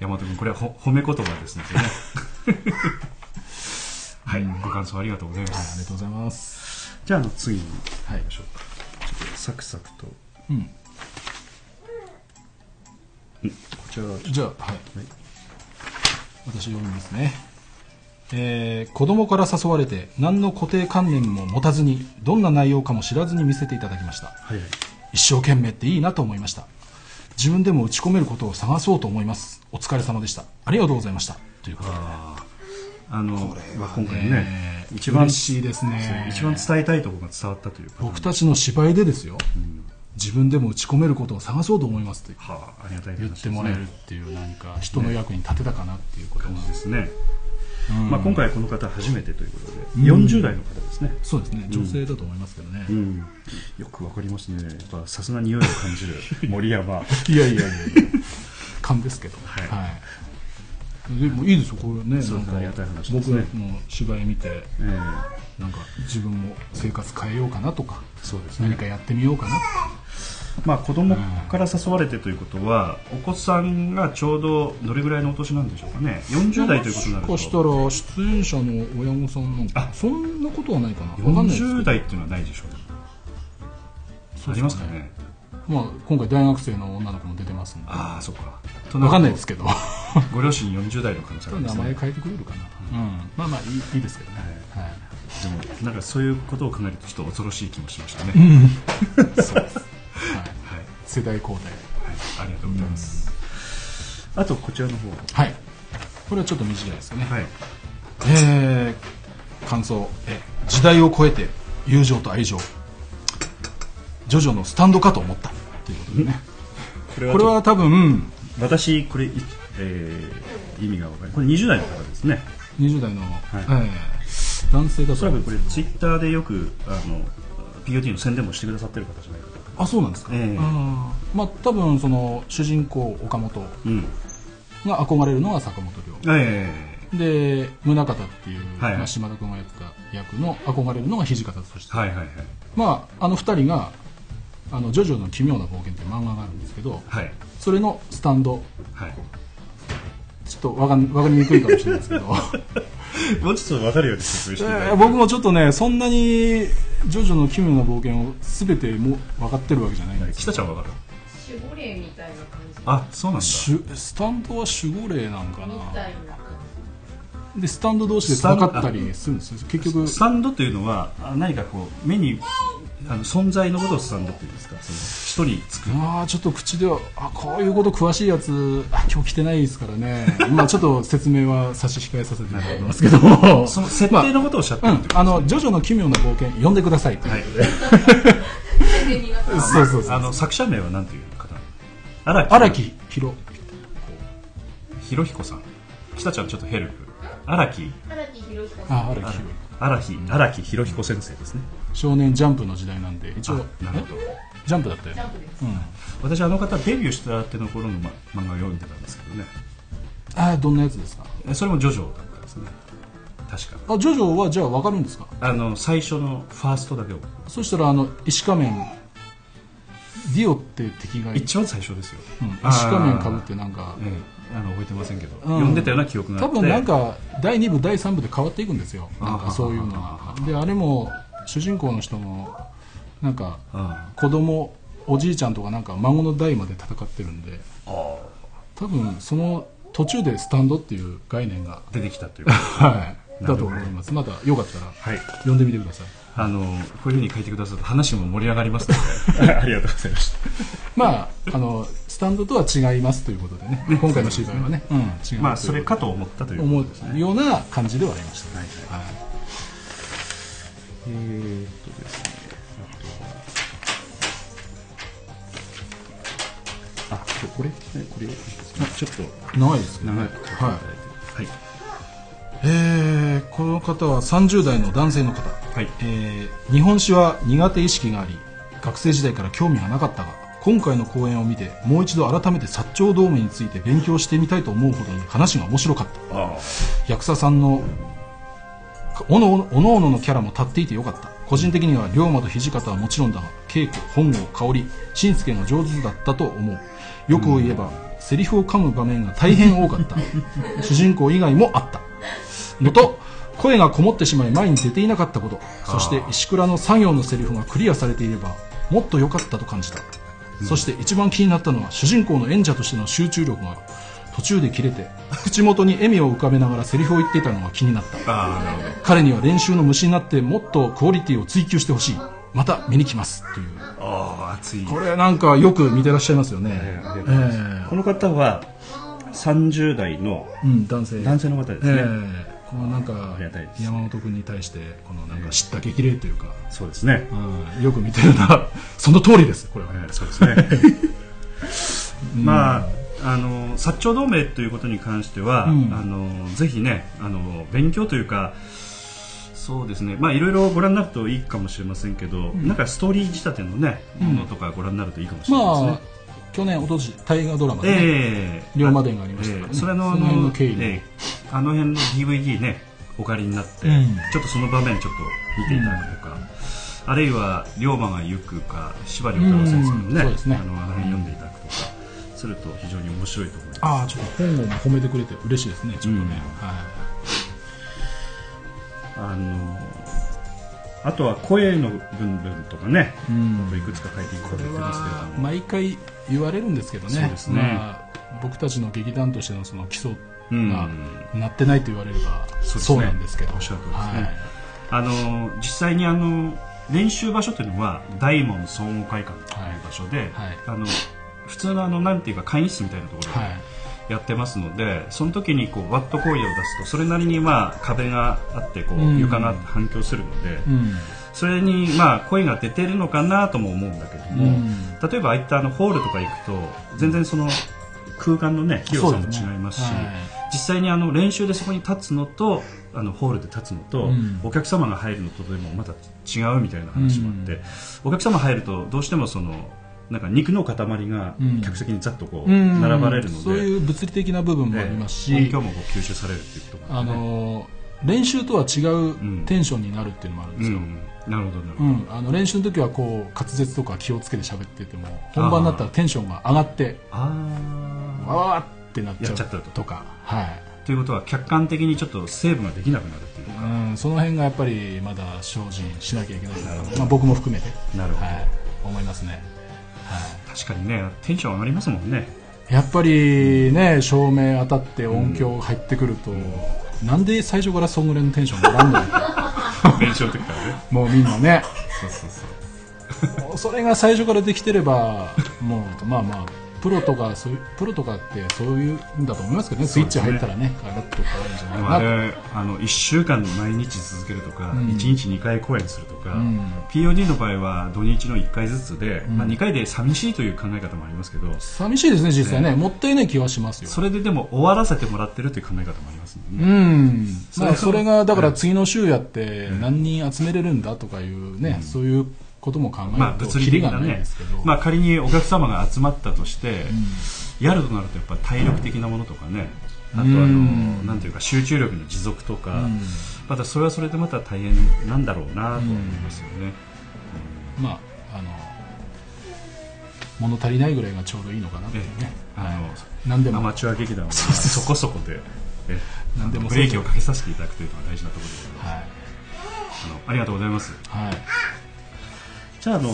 Speaker 2: 山本君これはほ褒め言葉ですのでね はい、ご感想ありがとうございま
Speaker 3: いあ
Speaker 2: す
Speaker 3: りがとうございます
Speaker 2: じゃああの次に
Speaker 3: はい
Speaker 2: ちょっとサクサクとこ
Speaker 3: うん
Speaker 2: ちらはちょっ
Speaker 3: じゃあ、はい。私読みますね。えー子供から誘われて何の固定観念も持たずにどんな内容かも知らずに見せていただきました
Speaker 2: とはいはい
Speaker 3: 一生懸命っていいなと思いました自分でも打ち込めることを探そうと思いますお疲れ様でしたありがとうございましたということで
Speaker 2: あーあのまあ今回ね
Speaker 3: ね
Speaker 2: 一番
Speaker 3: 嬉しいですね
Speaker 2: そう一番伝えたいところが伝わったというか
Speaker 3: 僕たちの芝居でですよ自分でも打ち込めることを探そうと思いますって
Speaker 2: はあありがたい話
Speaker 3: 言
Speaker 2: で
Speaker 3: っ
Speaker 2: す
Speaker 3: て
Speaker 2: ね
Speaker 3: もらえるっていう何か人の役に立てたかなっていうことが、
Speaker 2: ですね、
Speaker 3: うん
Speaker 2: まあ、今回この方初めてということで、
Speaker 3: ん
Speaker 2: 40代の方ですね、
Speaker 3: そうですね女性だと思いますけどね、
Speaker 2: うん、よくわかりますねやっぱさすが匂いを感じる森 山
Speaker 3: いやいやいやいや勘ですけど、
Speaker 2: はい
Speaker 3: いでもいいですよこれね
Speaker 2: そうですねあり
Speaker 3: な
Speaker 2: が
Speaker 3: ん
Speaker 2: たい
Speaker 3: か
Speaker 2: 話です
Speaker 3: 僕
Speaker 2: ね
Speaker 3: の芝居見て
Speaker 2: ええ
Speaker 3: なんか自分も生活変えようかなとか
Speaker 2: そうです
Speaker 3: 何
Speaker 2: ね、
Speaker 3: かやってみようかなとか
Speaker 2: まあ、子供から誘われてということはお子さんがちょうどどれぐらいのお年なんでしょうかね40代ということになる
Speaker 3: もしかした
Speaker 2: と
Speaker 3: ら出演者の親御さんなんか
Speaker 2: あ
Speaker 3: そんなことはないかなわかんないですけど
Speaker 2: 40代っていうのはないでしょうありますかね
Speaker 3: まあ、今回大学生の女の子も出てますんで
Speaker 2: ああそっか
Speaker 3: わかんない
Speaker 2: い
Speaker 3: ですけど
Speaker 2: ご両親40代の可能性がありま
Speaker 3: 名
Speaker 2: すね
Speaker 3: 前変えてくれるかな、うんまあまあいいいいですけどね、はい
Speaker 2: でもなんかそういうことを考えるとちょっと恐ろしい気もしましたね、
Speaker 3: はい、
Speaker 2: はい
Speaker 3: 世代交代
Speaker 2: はい、ありがとうございます。あとこちらの方は、
Speaker 3: はいこれはちょっと短いですよね、
Speaker 2: はい、
Speaker 3: えー感想え時代を超えて友情と愛情ジョジョのスタンドかと思ったということでね
Speaker 2: これ
Speaker 3: これは多分
Speaker 2: 私これ、いえー、意味がわかる。これ20代の方ですね。
Speaker 3: 20代の、えー男性だ
Speaker 2: おそ
Speaker 3: と
Speaker 2: ら
Speaker 3: 思
Speaker 2: く
Speaker 3: う
Speaker 2: これツイッターでよくあの POD の宣伝もしてくださってる方じゃないかと。
Speaker 3: あそうなんですか、
Speaker 2: ええ
Speaker 3: あーまあ多分その主人公岡本
Speaker 2: うん。
Speaker 3: が憧れるのは坂本龍
Speaker 2: え
Speaker 3: で宗像っていう、
Speaker 2: はい
Speaker 3: まあ、島田君がやってた役の憧れるのが土方として
Speaker 2: ー、はいはいはい
Speaker 3: まああの二人が「あのジョジョの奇妙な冒険」っていう漫画があるんですけど
Speaker 2: はい
Speaker 3: それのスタンド
Speaker 2: はい。
Speaker 3: ちょっとわかんわかりにくいかもしれないですけ ど
Speaker 2: もうちょっとわかるように説明していただい
Speaker 3: え
Speaker 2: て
Speaker 3: ー 僕もちょっとねそんなに「ジョジョの奇妙な冒険」を全てもう分かってるわけじゃないん
Speaker 2: はい
Speaker 3: です
Speaker 2: 北ちゃんわかる。
Speaker 4: 守護霊みたいな感じ
Speaker 2: あ、そうなんだ。
Speaker 3: しゅスタンドは守護霊なんか
Speaker 4: みた
Speaker 3: ない
Speaker 4: な感
Speaker 3: でスタンド同士で戦ったりするんですよ結局
Speaker 2: スタンドというのはあ何かこう目にあの存在のことをスタンドっていうんですか。その一人つく。
Speaker 3: あーちょっと口ではあこういうこと詳しいやつあ今日来てないですから ねまあちょっと説明は差し控えさせていただきますけども
Speaker 2: その設定
Speaker 3: ま
Speaker 2: のことをおっしゃって
Speaker 3: あ
Speaker 2: る
Speaker 3: う
Speaker 2: って
Speaker 3: ん
Speaker 2: こと、
Speaker 3: あの「ジョジョの奇妙な冒険」読んでくださいっていう、
Speaker 2: はい。
Speaker 4: じ。苦手
Speaker 3: そうそうそ
Speaker 2: あ
Speaker 3: う
Speaker 2: の作者名はなんていう方荒木
Speaker 3: 荒木宏
Speaker 2: 博彦さん北ちゃんちょっとヘルプ荒木
Speaker 4: 原木博彦さん。
Speaker 3: あ荒木宏
Speaker 2: 荒木荒木博彦先生ですね
Speaker 3: 少年ジャンプの時代なんで一応
Speaker 2: あなるほど
Speaker 3: えジャンプだったよ
Speaker 4: ジ、ャンプです。
Speaker 3: うん、
Speaker 2: 私あの方デビューしたての頃の、ま、漫画を読んでたんですけどね
Speaker 3: あーどんなやつですか
Speaker 2: えそれもジョジョだったんですね確か
Speaker 3: あジョジョはじゃあ分かるんですか
Speaker 2: あの最初のファーストだけを
Speaker 3: そしたらあの石仮面ディオって敵がいて、
Speaker 2: 一番最初ですよ、
Speaker 3: うん、
Speaker 2: あー
Speaker 3: 石仮面かぶってなんか
Speaker 2: ええあの覚えてませんけど、
Speaker 3: ん
Speaker 2: 読んでたような記憶があ
Speaker 3: 多
Speaker 2: って
Speaker 3: 分なんか第2部第3部で変わっていくんですよなん
Speaker 2: あはは
Speaker 3: かそういうのがであれも主人公の人もなんか
Speaker 2: あ
Speaker 3: 子供おじいちゃんとかなんか孫の代まで戦ってるんで
Speaker 2: あ
Speaker 3: 多分その途中でスタンドっていう概念が
Speaker 2: 出てきたということ
Speaker 3: はい
Speaker 2: なるほ
Speaker 3: だと
Speaker 2: ど
Speaker 3: 思いますまたよかったら
Speaker 2: はい
Speaker 3: 読んでみてください
Speaker 2: あのこういうふうに書いてくださると話も盛り上がりますので ありがとうございました
Speaker 3: まああのスタンドとは違いますということでね今回の芝居はね、うん、違います
Speaker 2: まあそれかと思ったという
Speaker 3: 思
Speaker 2: こ
Speaker 3: う
Speaker 2: とですね
Speaker 3: ような感じではありました、
Speaker 2: はい
Speaker 3: はい
Speaker 2: えーっとですねあとはあここれえこれあちょっと
Speaker 3: 長いですけど
Speaker 2: 長い
Speaker 3: ね
Speaker 2: こと
Speaker 3: はい
Speaker 2: はい
Speaker 3: えーこの方は30代の男性の方、
Speaker 2: はい
Speaker 3: えー日本史は苦手意識があり学生時代から興味がなかったが今回の講演を見てもう一度改めて薩長同盟について勉強してみたいと思うほどに話が面白かった
Speaker 2: あ
Speaker 3: 役者さんのおのおのおのおののキャラも立っていてよかった個人的には龍馬と土方はもちろんだが稽古本郷香織新助が上手だったと思うよく言えば、セリフを噛む場面が大変多かった主人公以外もあったのと声がこもってしまい前に出ていなかったことそして石倉の作業のセリフがクリアされていればもっと良かったと感じた、そして一番気になったのは主人公の演者としての集中力が途中で切れて口元に笑みを浮かべながらセリフを言っていたのが気になった
Speaker 2: あああなるほど
Speaker 3: 彼には練習の虫になってもっとクオリティを追求してほしいまた見に来ますという
Speaker 2: ああ熱い
Speaker 3: これなんかよく見てらっしゃいますよね、
Speaker 2: ありがとうござい
Speaker 3: え
Speaker 2: ますこの方は30代の
Speaker 3: えうん男性
Speaker 2: 男性の方ですね、
Speaker 3: ええこのなんか
Speaker 2: ありがたいですね
Speaker 3: 山本君に対してこのなんか知った激励というか、
Speaker 2: そうですね、
Speaker 3: うん、よく見てるな その通りですこれは、
Speaker 2: えーそうですね まああの薩長同盟ということに関しては、
Speaker 3: うん
Speaker 2: あのぜひねあの勉強というかそうですねまあいろいろご覧になるといいかもしれませんけど、なんかストーリー仕立てのねものとかご覧になるといいかもしれないですね
Speaker 3: まあ、去年おととし大河ドラマで、ね
Speaker 2: ええ
Speaker 3: 龍馬伝がありましたからね
Speaker 2: ええそれのあ
Speaker 3: そ
Speaker 2: の
Speaker 3: の辺の経緯も
Speaker 2: ええあの辺の DVD ねお借りになって、
Speaker 3: うん
Speaker 2: ちょっとその場面ちょっと見ていただくとか、あるいは龍馬が行くか司馬遼太郎先生の
Speaker 3: うん
Speaker 2: ね,、
Speaker 3: そうですね
Speaker 2: あのあの辺読んでいただくとかすると非常に面白いと思います
Speaker 3: ああちょっと本を褒めてくれて嬉しいですねちょっとね、
Speaker 2: うん
Speaker 3: は
Speaker 2: あのあとは声の部分とかね、
Speaker 3: い、うん
Speaker 2: あといくつか書いていくこと
Speaker 3: こ
Speaker 2: が
Speaker 3: れ
Speaker 2: できますけれど
Speaker 3: は
Speaker 2: も、
Speaker 3: 毎回言われるんですけどね
Speaker 2: そうですね
Speaker 3: まあ、僕たちの劇団としてのその基礎
Speaker 2: うん
Speaker 3: がなってないと言われれば
Speaker 2: そうですね
Speaker 3: そうなんですけど
Speaker 2: おっしゃる通りですね
Speaker 3: はい
Speaker 2: あの実際にあの練習場所というのは大門総合会館という場所で、
Speaker 3: はい
Speaker 2: あの普通のあのなんていうか会議室みたいなところ
Speaker 3: はい
Speaker 2: でやってますので、その時にこうワット声を出すとそれなりにまあ壁があってこ
Speaker 3: うん
Speaker 2: う床があって反響するので、
Speaker 3: うん
Speaker 2: それにまあ声が出てるのかなとも思うんだけども、
Speaker 3: うん
Speaker 2: 例えばああいったあのホールとか行くと全然その空間のね広さも違いますし。
Speaker 3: そうでね
Speaker 2: 実際にあの練習でそこに立つのとあのホールで立つのと、
Speaker 3: うん
Speaker 2: お客様が入るのとでもまた違うみたいな話もあって、
Speaker 3: うん
Speaker 2: お客様入るとどうしてもそのなんか肉の塊が
Speaker 3: うん
Speaker 2: 客席にざっとこう
Speaker 3: はいうん
Speaker 2: 並ばれるので、
Speaker 3: そういう物理的な部分もあ
Speaker 2: ね
Speaker 3: りますし、
Speaker 2: 音響もこう吸収されるっていうことも
Speaker 3: あ
Speaker 2: るね
Speaker 3: の練習とは違うんテンションになるっていうのもあるんで
Speaker 2: う
Speaker 3: すよ、
Speaker 2: ん、なるほどなる
Speaker 3: う
Speaker 2: ほど、
Speaker 3: ん、あの練習の時はこう滑舌とか気をつけて喋ってても本番になったらテンションが上がって
Speaker 2: ああ
Speaker 3: わわーってなっちゃ
Speaker 2: や
Speaker 3: う
Speaker 2: っちゃったと
Speaker 3: とか、はい、
Speaker 2: ということは客観的にちょっとセーブができなくなるっていうか、
Speaker 3: うん、その辺がやっぱりまだ精進しなきゃいけないな、まあ、僕も含めて、
Speaker 2: なるほど、
Speaker 3: はい、思いますね、は
Speaker 2: 確かにねテンション上がりますもん ね
Speaker 3: い、やっぱりね照明当たって音響入ってくると、なんで最初からそんぐらいのテンションにならんのよって
Speaker 2: 練習の時からね
Speaker 3: もうみんなね
Speaker 2: そうそうそう
Speaker 3: もうそれが最初からできてればもうまあまあプロとかそういうプロとかってそういうんだと思いますけどねスイッチ入ったらねガラッと変わるんじゃ
Speaker 2: で
Speaker 3: ない
Speaker 2: も
Speaker 3: か
Speaker 2: あ
Speaker 3: な
Speaker 2: れあの1週間毎日続けるとか、
Speaker 3: ん
Speaker 2: 一1日2回公演するとか、
Speaker 3: うん
Speaker 2: POD の場合は土日の1回ずつで、
Speaker 3: ん
Speaker 2: まあ、2回で寂しいという考え方もありますけど
Speaker 3: 寂しいですね実際ねもったいない気はしますよ
Speaker 2: それででも終わらせてもらってるという考え方もありますので
Speaker 3: う
Speaker 2: ね、
Speaker 3: ん、
Speaker 2: そ
Speaker 3: ま
Speaker 2: れ
Speaker 3: あ
Speaker 2: は
Speaker 3: それがだから次の週やって何人集めれるんだとかいうね、そういうことも考え
Speaker 2: まあ
Speaker 3: ると
Speaker 2: 物理
Speaker 3: キリ
Speaker 2: 的
Speaker 3: が
Speaker 2: な
Speaker 3: ない
Speaker 2: ね
Speaker 3: ですけど、
Speaker 2: まあ、仮にお客様が集まったとして、やるとなるとやっぱ体力的なものとかねあとあの、
Speaker 3: うん
Speaker 2: なんていうか集中力の持続とか、
Speaker 3: うん
Speaker 2: またそれはそれでまた大変なんだろうなと思いますよね、
Speaker 3: まああの物足りないぐらいがちょうどいいのかなっていうね、
Speaker 2: ええあの
Speaker 3: 何で
Speaker 2: ア
Speaker 3: も
Speaker 2: マチュア劇団はそこそこでえ
Speaker 3: 何でも
Speaker 2: ブレーキをかけさせていただくというのが大事なところです
Speaker 3: はい、
Speaker 2: あのありがとうございます
Speaker 3: はい、
Speaker 2: じゃああの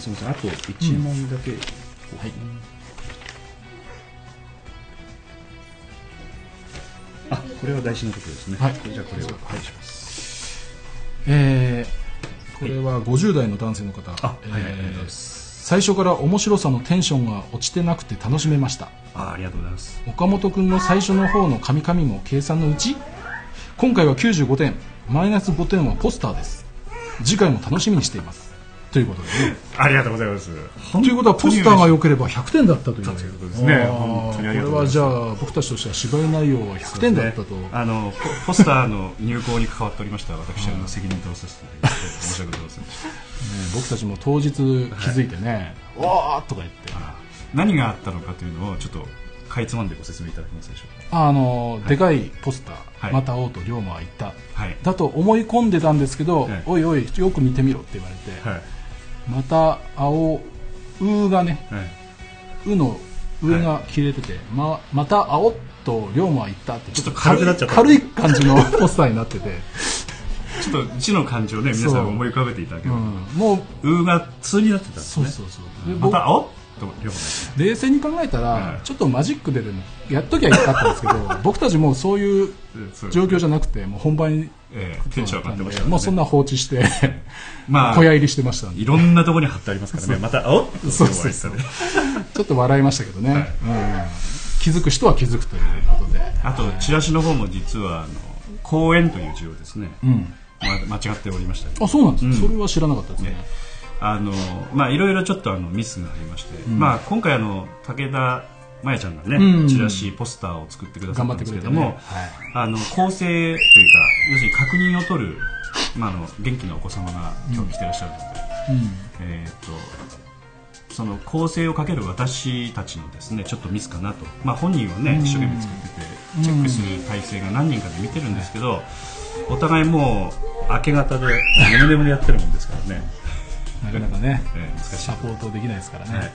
Speaker 2: すみませんあと1問だけ、
Speaker 3: はい
Speaker 2: あこれは大事なところですね
Speaker 3: はい
Speaker 2: じゃあこれをはいします
Speaker 3: えーこれは50代の男性の方、
Speaker 2: あはいはいありがとうござい
Speaker 3: え
Speaker 2: ま
Speaker 3: ー最初から面白さのテンションが落ちてなくて楽しめました
Speaker 2: あありがとうございます
Speaker 3: 岡本君の最初の方の神々も計算のうち今回は95点マイナス5点はポスターです次回も楽しみにしていますということでね
Speaker 2: ありがとうございます
Speaker 3: ということはポスターが良ければ100点だったという
Speaker 2: だということですね
Speaker 3: あー
Speaker 2: 本当にありがとう
Speaker 3: これ
Speaker 2: ござい
Speaker 3: は
Speaker 2: ます
Speaker 3: じゃあ僕たちとしては芝居内容は100点だったと、
Speaker 2: あのポポスターの入稿に関わっておりました私あの責任とさせていただきまして申し訳ございませんでした
Speaker 3: ね僕たちも当日気づいてね、おーとか言って
Speaker 2: あ 何があったのかというのをちょっとかいつまんでご説明いただけますでしょうか
Speaker 3: あの、でかいポスター、
Speaker 2: はい
Speaker 3: また王と龍馬は言った
Speaker 2: はい
Speaker 3: だと思い込んでたんですけど、
Speaker 2: ええ
Speaker 3: おいおいよく見てみろって言われて、
Speaker 2: はい
Speaker 3: また青「う」がね
Speaker 2: はい
Speaker 3: 「う」の上が切れてて、ままた青と龍馬は言ったって
Speaker 2: ちょっと軽くなっちゃった
Speaker 3: 軽い軽い感じのポスターに なってて、
Speaker 2: ちょっと字の漢字をね皆さん思い浮かべていただけ
Speaker 3: う
Speaker 2: れ
Speaker 3: ん
Speaker 2: ば、
Speaker 3: もう
Speaker 2: うが「通になってたんです
Speaker 3: そう
Speaker 2: ね
Speaker 3: そうそうで
Speaker 2: ま
Speaker 3: 僕
Speaker 2: た「お」と両方
Speaker 3: 冷静に考えたら、
Speaker 2: はい
Speaker 3: ちょっとマジックででもやっときゃよかったんですけど僕たちもうそういう
Speaker 2: そう
Speaker 3: 状況じゃなくてもう本番に
Speaker 2: ええテンション上がってましたからね
Speaker 3: もうそんな放置して
Speaker 2: まあ
Speaker 3: 小屋入りしてましたんで
Speaker 2: いろんなところに貼ってありますからねまた「お」と
Speaker 3: そうそうそう
Speaker 2: 両方入ってたね
Speaker 3: ちょっと笑いましたけどね、うん気づく人は気づくということで、
Speaker 2: あとチラシの方も実はあの公園という字をですね、
Speaker 3: うん、
Speaker 2: ま間違っておりましたけど
Speaker 3: あそうなんです、
Speaker 2: うん
Speaker 3: それは知らなかったですね
Speaker 2: ねあのまあいろいろちょっとあのミスがありまして、まあ今回あの武田真也ちゃんがね、
Speaker 3: うん
Speaker 2: チラシポスターを作ってくださっ
Speaker 3: 頑
Speaker 2: た
Speaker 3: 張
Speaker 2: ん
Speaker 3: って
Speaker 2: です
Speaker 3: く
Speaker 2: け
Speaker 3: れて
Speaker 2: ど
Speaker 3: ね
Speaker 2: も、
Speaker 3: はい
Speaker 2: あの構成というか要するに確認を取る、まあ、あの元気なお子様が今日来てらっしゃるので、えーっとその構成をかける私たちのですねちょっとミスかなと、まあ、本人はね、一生懸命作っててチェックする体制が何人かで見てるんですけど、お互いもう明け方で眠眠でやってるもんですからね、
Speaker 3: なかなかね
Speaker 2: えー難しい
Speaker 3: サポートできないですからね、
Speaker 2: はい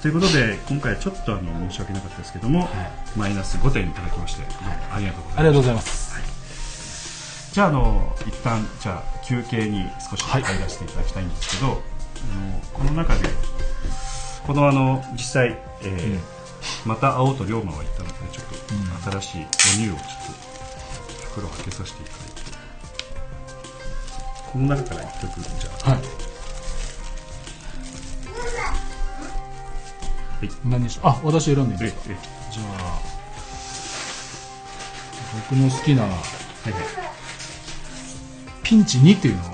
Speaker 2: ということで今回ちょっとあの申し訳なかったですけども、マイナス5点いただきましてどうもありがとうございます
Speaker 3: ありがとうございます
Speaker 2: じゃああの一旦じゃあ休憩に少し入らせていただきたいんですけど、あのこの中でこのあの実際、えーまた青と龍馬は行ったのでちょっと新しいメニューをちょっと袋を開けさせていただいてこの中から一曲じゃあ
Speaker 3: はい、
Speaker 2: い
Speaker 3: 何にしあ私選んでいいで
Speaker 2: え
Speaker 3: すか
Speaker 2: え
Speaker 3: じゃあ僕の好きな
Speaker 2: はいはい
Speaker 3: ピンチ2っていうのを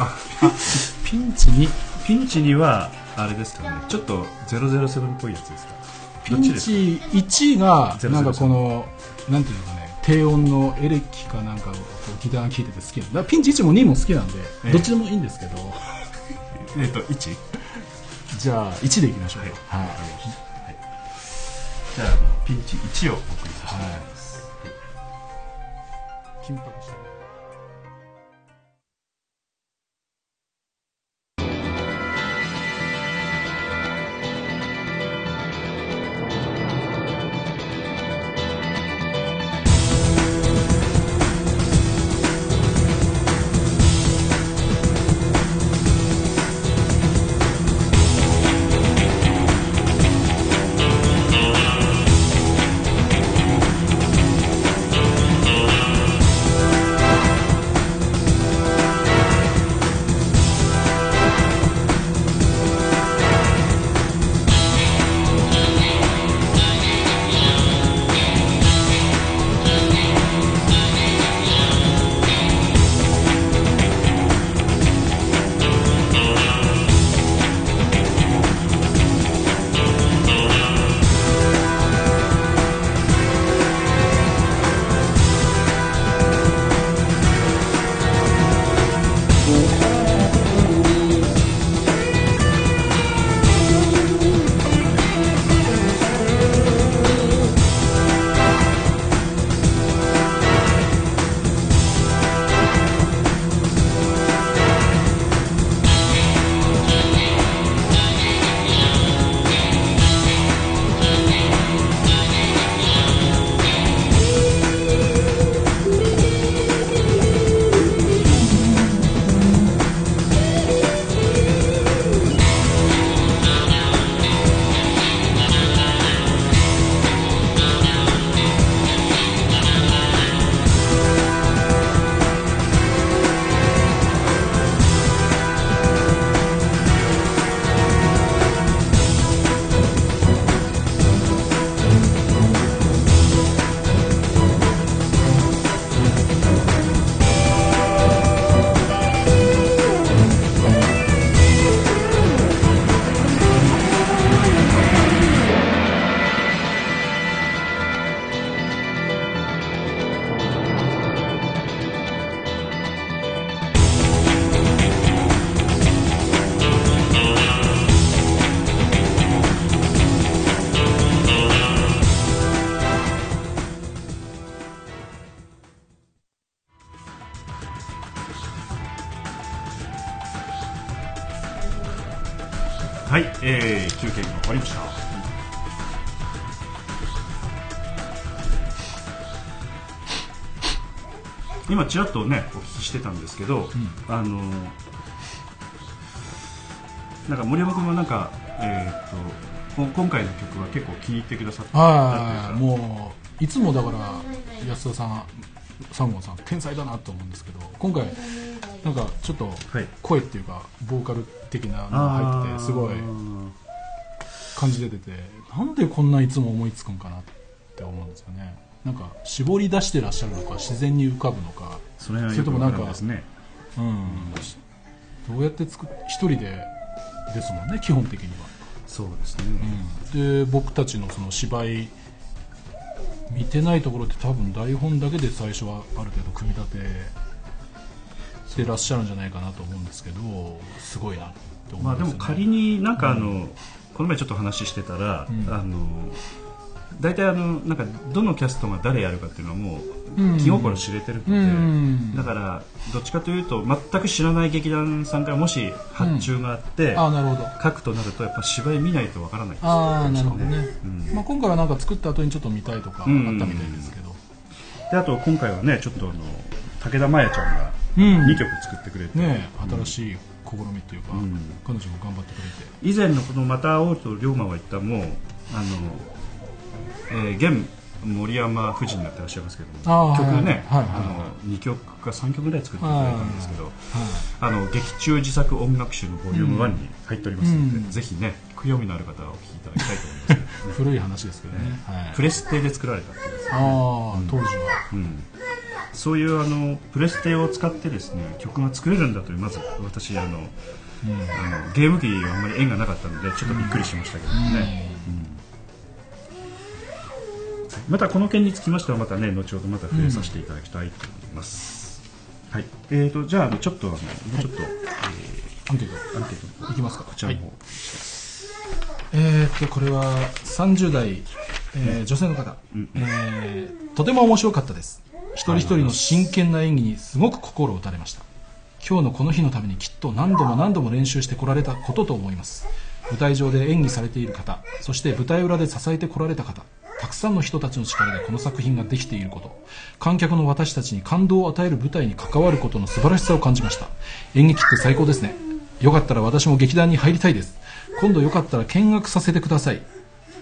Speaker 2: あ
Speaker 3: ピンチ2
Speaker 2: ピンチにはあれですかねちょっと007っぽいやつですか
Speaker 3: ピ
Speaker 2: どっち
Speaker 3: ン
Speaker 2: です
Speaker 3: チ
Speaker 2: か
Speaker 3: 1が
Speaker 2: 007
Speaker 3: なんかこのなんていうのかね低音のエレキかなんかをこうギターが聴いてて好きなんだからピンチ1も2も好きなんで、
Speaker 2: ええ
Speaker 3: どっちでもいいんですけど
Speaker 2: えっと1
Speaker 3: じゃあ1でいきましょう
Speaker 2: はい
Speaker 3: はい、
Speaker 2: わかりましたはい、じゃああのピンチ1をお送りさせていただきます、
Speaker 3: 緊迫してる
Speaker 5: 「
Speaker 2: 定義が終わりました今ちらっとねお聞きしてたんですけど、あのなんか森山君はなんかえーっ、とこ今回の曲は結構気に入ってくださった
Speaker 3: は
Speaker 2: と
Speaker 3: い
Speaker 2: いうか
Speaker 3: もういつもだから安田さん三郷さん天才だなと思うんですけど今回なんかちょっと
Speaker 2: はい
Speaker 3: 声っていうかボーカル的なのが入っててすごい感じ出ててなんでこんないつも思いつくんかなって思うんですよねなんか絞り出してらっしゃるのか自然に浮かぶのか、
Speaker 2: それは
Speaker 3: それ
Speaker 2: よ
Speaker 3: と
Speaker 2: く
Speaker 3: も
Speaker 2: わ
Speaker 3: な
Speaker 2: か
Speaker 3: んか
Speaker 2: るんですね
Speaker 3: うん、どうやって作っ一人でですもんね基本的には。
Speaker 2: そうですね、
Speaker 3: で僕たちのその芝居見てないところって多分台本だけで最初はある程度組み立ててらっしゃるんじゃないかなと思うんですけどすごいなって思
Speaker 2: まあ
Speaker 3: い
Speaker 2: で
Speaker 3: ます
Speaker 2: も
Speaker 3: よね、
Speaker 2: 仮になんかあの、この前ちょっと話してたら、
Speaker 3: うん
Speaker 2: あの大体あのなんかどのキャストが誰やるかっていうのはも
Speaker 3: うん
Speaker 2: う気心知れてるので、
Speaker 3: うん
Speaker 2: だからどっちかというと全く知らない劇団さんからもし発注があって、
Speaker 3: ああなるほど
Speaker 2: 書くとなるとやっぱ芝居見ないとわからないです
Speaker 3: ああなるほどね、
Speaker 2: うん
Speaker 3: まあ、今回はなんか作った後にちょっと見たいとかあったみたいですけど、
Speaker 2: であと今回はねちょっとあの武田真弥ちゃんが
Speaker 3: うん
Speaker 2: 2曲作ってくれて、
Speaker 3: ねえ新しい試みというか、
Speaker 2: ん
Speaker 3: 彼女も頑張ってくれて
Speaker 2: 以前のこの「また会おうと龍馬は言った」もあの、えー現森山夫人になってらっしゃいますけども
Speaker 3: あー
Speaker 2: 曲ね、
Speaker 3: はいはいはい
Speaker 2: あの2曲か3曲ぐらい作っていただいたんですけど、
Speaker 3: は
Speaker 2: あの劇中自作音楽集のボリューム1に入っておりますので、
Speaker 3: うん
Speaker 2: ぜひね興味のある方はお聴きいただきたいと思いますけどね、
Speaker 3: い古い話ですけどね、はい、
Speaker 2: プレステで作られたっていうですね
Speaker 3: ああ当時は
Speaker 2: うんそういうあのプレステを使ってですね曲が作れるんだというまず私あの、あのゲーム機はあんまり縁がなかったのでちょっとびっくりしましたけどね、うんまたこの件につきましてはまたね後ほどまた触れさせていただきたいと思います、はいえー、とじゃああのちょっとあのもうちょっと、
Speaker 3: アンケー
Speaker 2: アンケート
Speaker 3: トいきますか
Speaker 2: こちらの方、
Speaker 3: えー、っとこれは30代、えー女性の方、えーとても面白かったです一人一人の真剣な演技にすごく心を打たれました今日のこの日のためにきっと何度も何度も練習してこられたことと思います舞台上で演技されている方そして舞台裏で支えてこられた方たくさんの人たちの力でこの作品ができていること観客の私たちに感動を与える舞台に関わることの素晴らしさを感じました演劇って最高ですねよかったら私も劇団に入りたいです今度よかったら見学させてください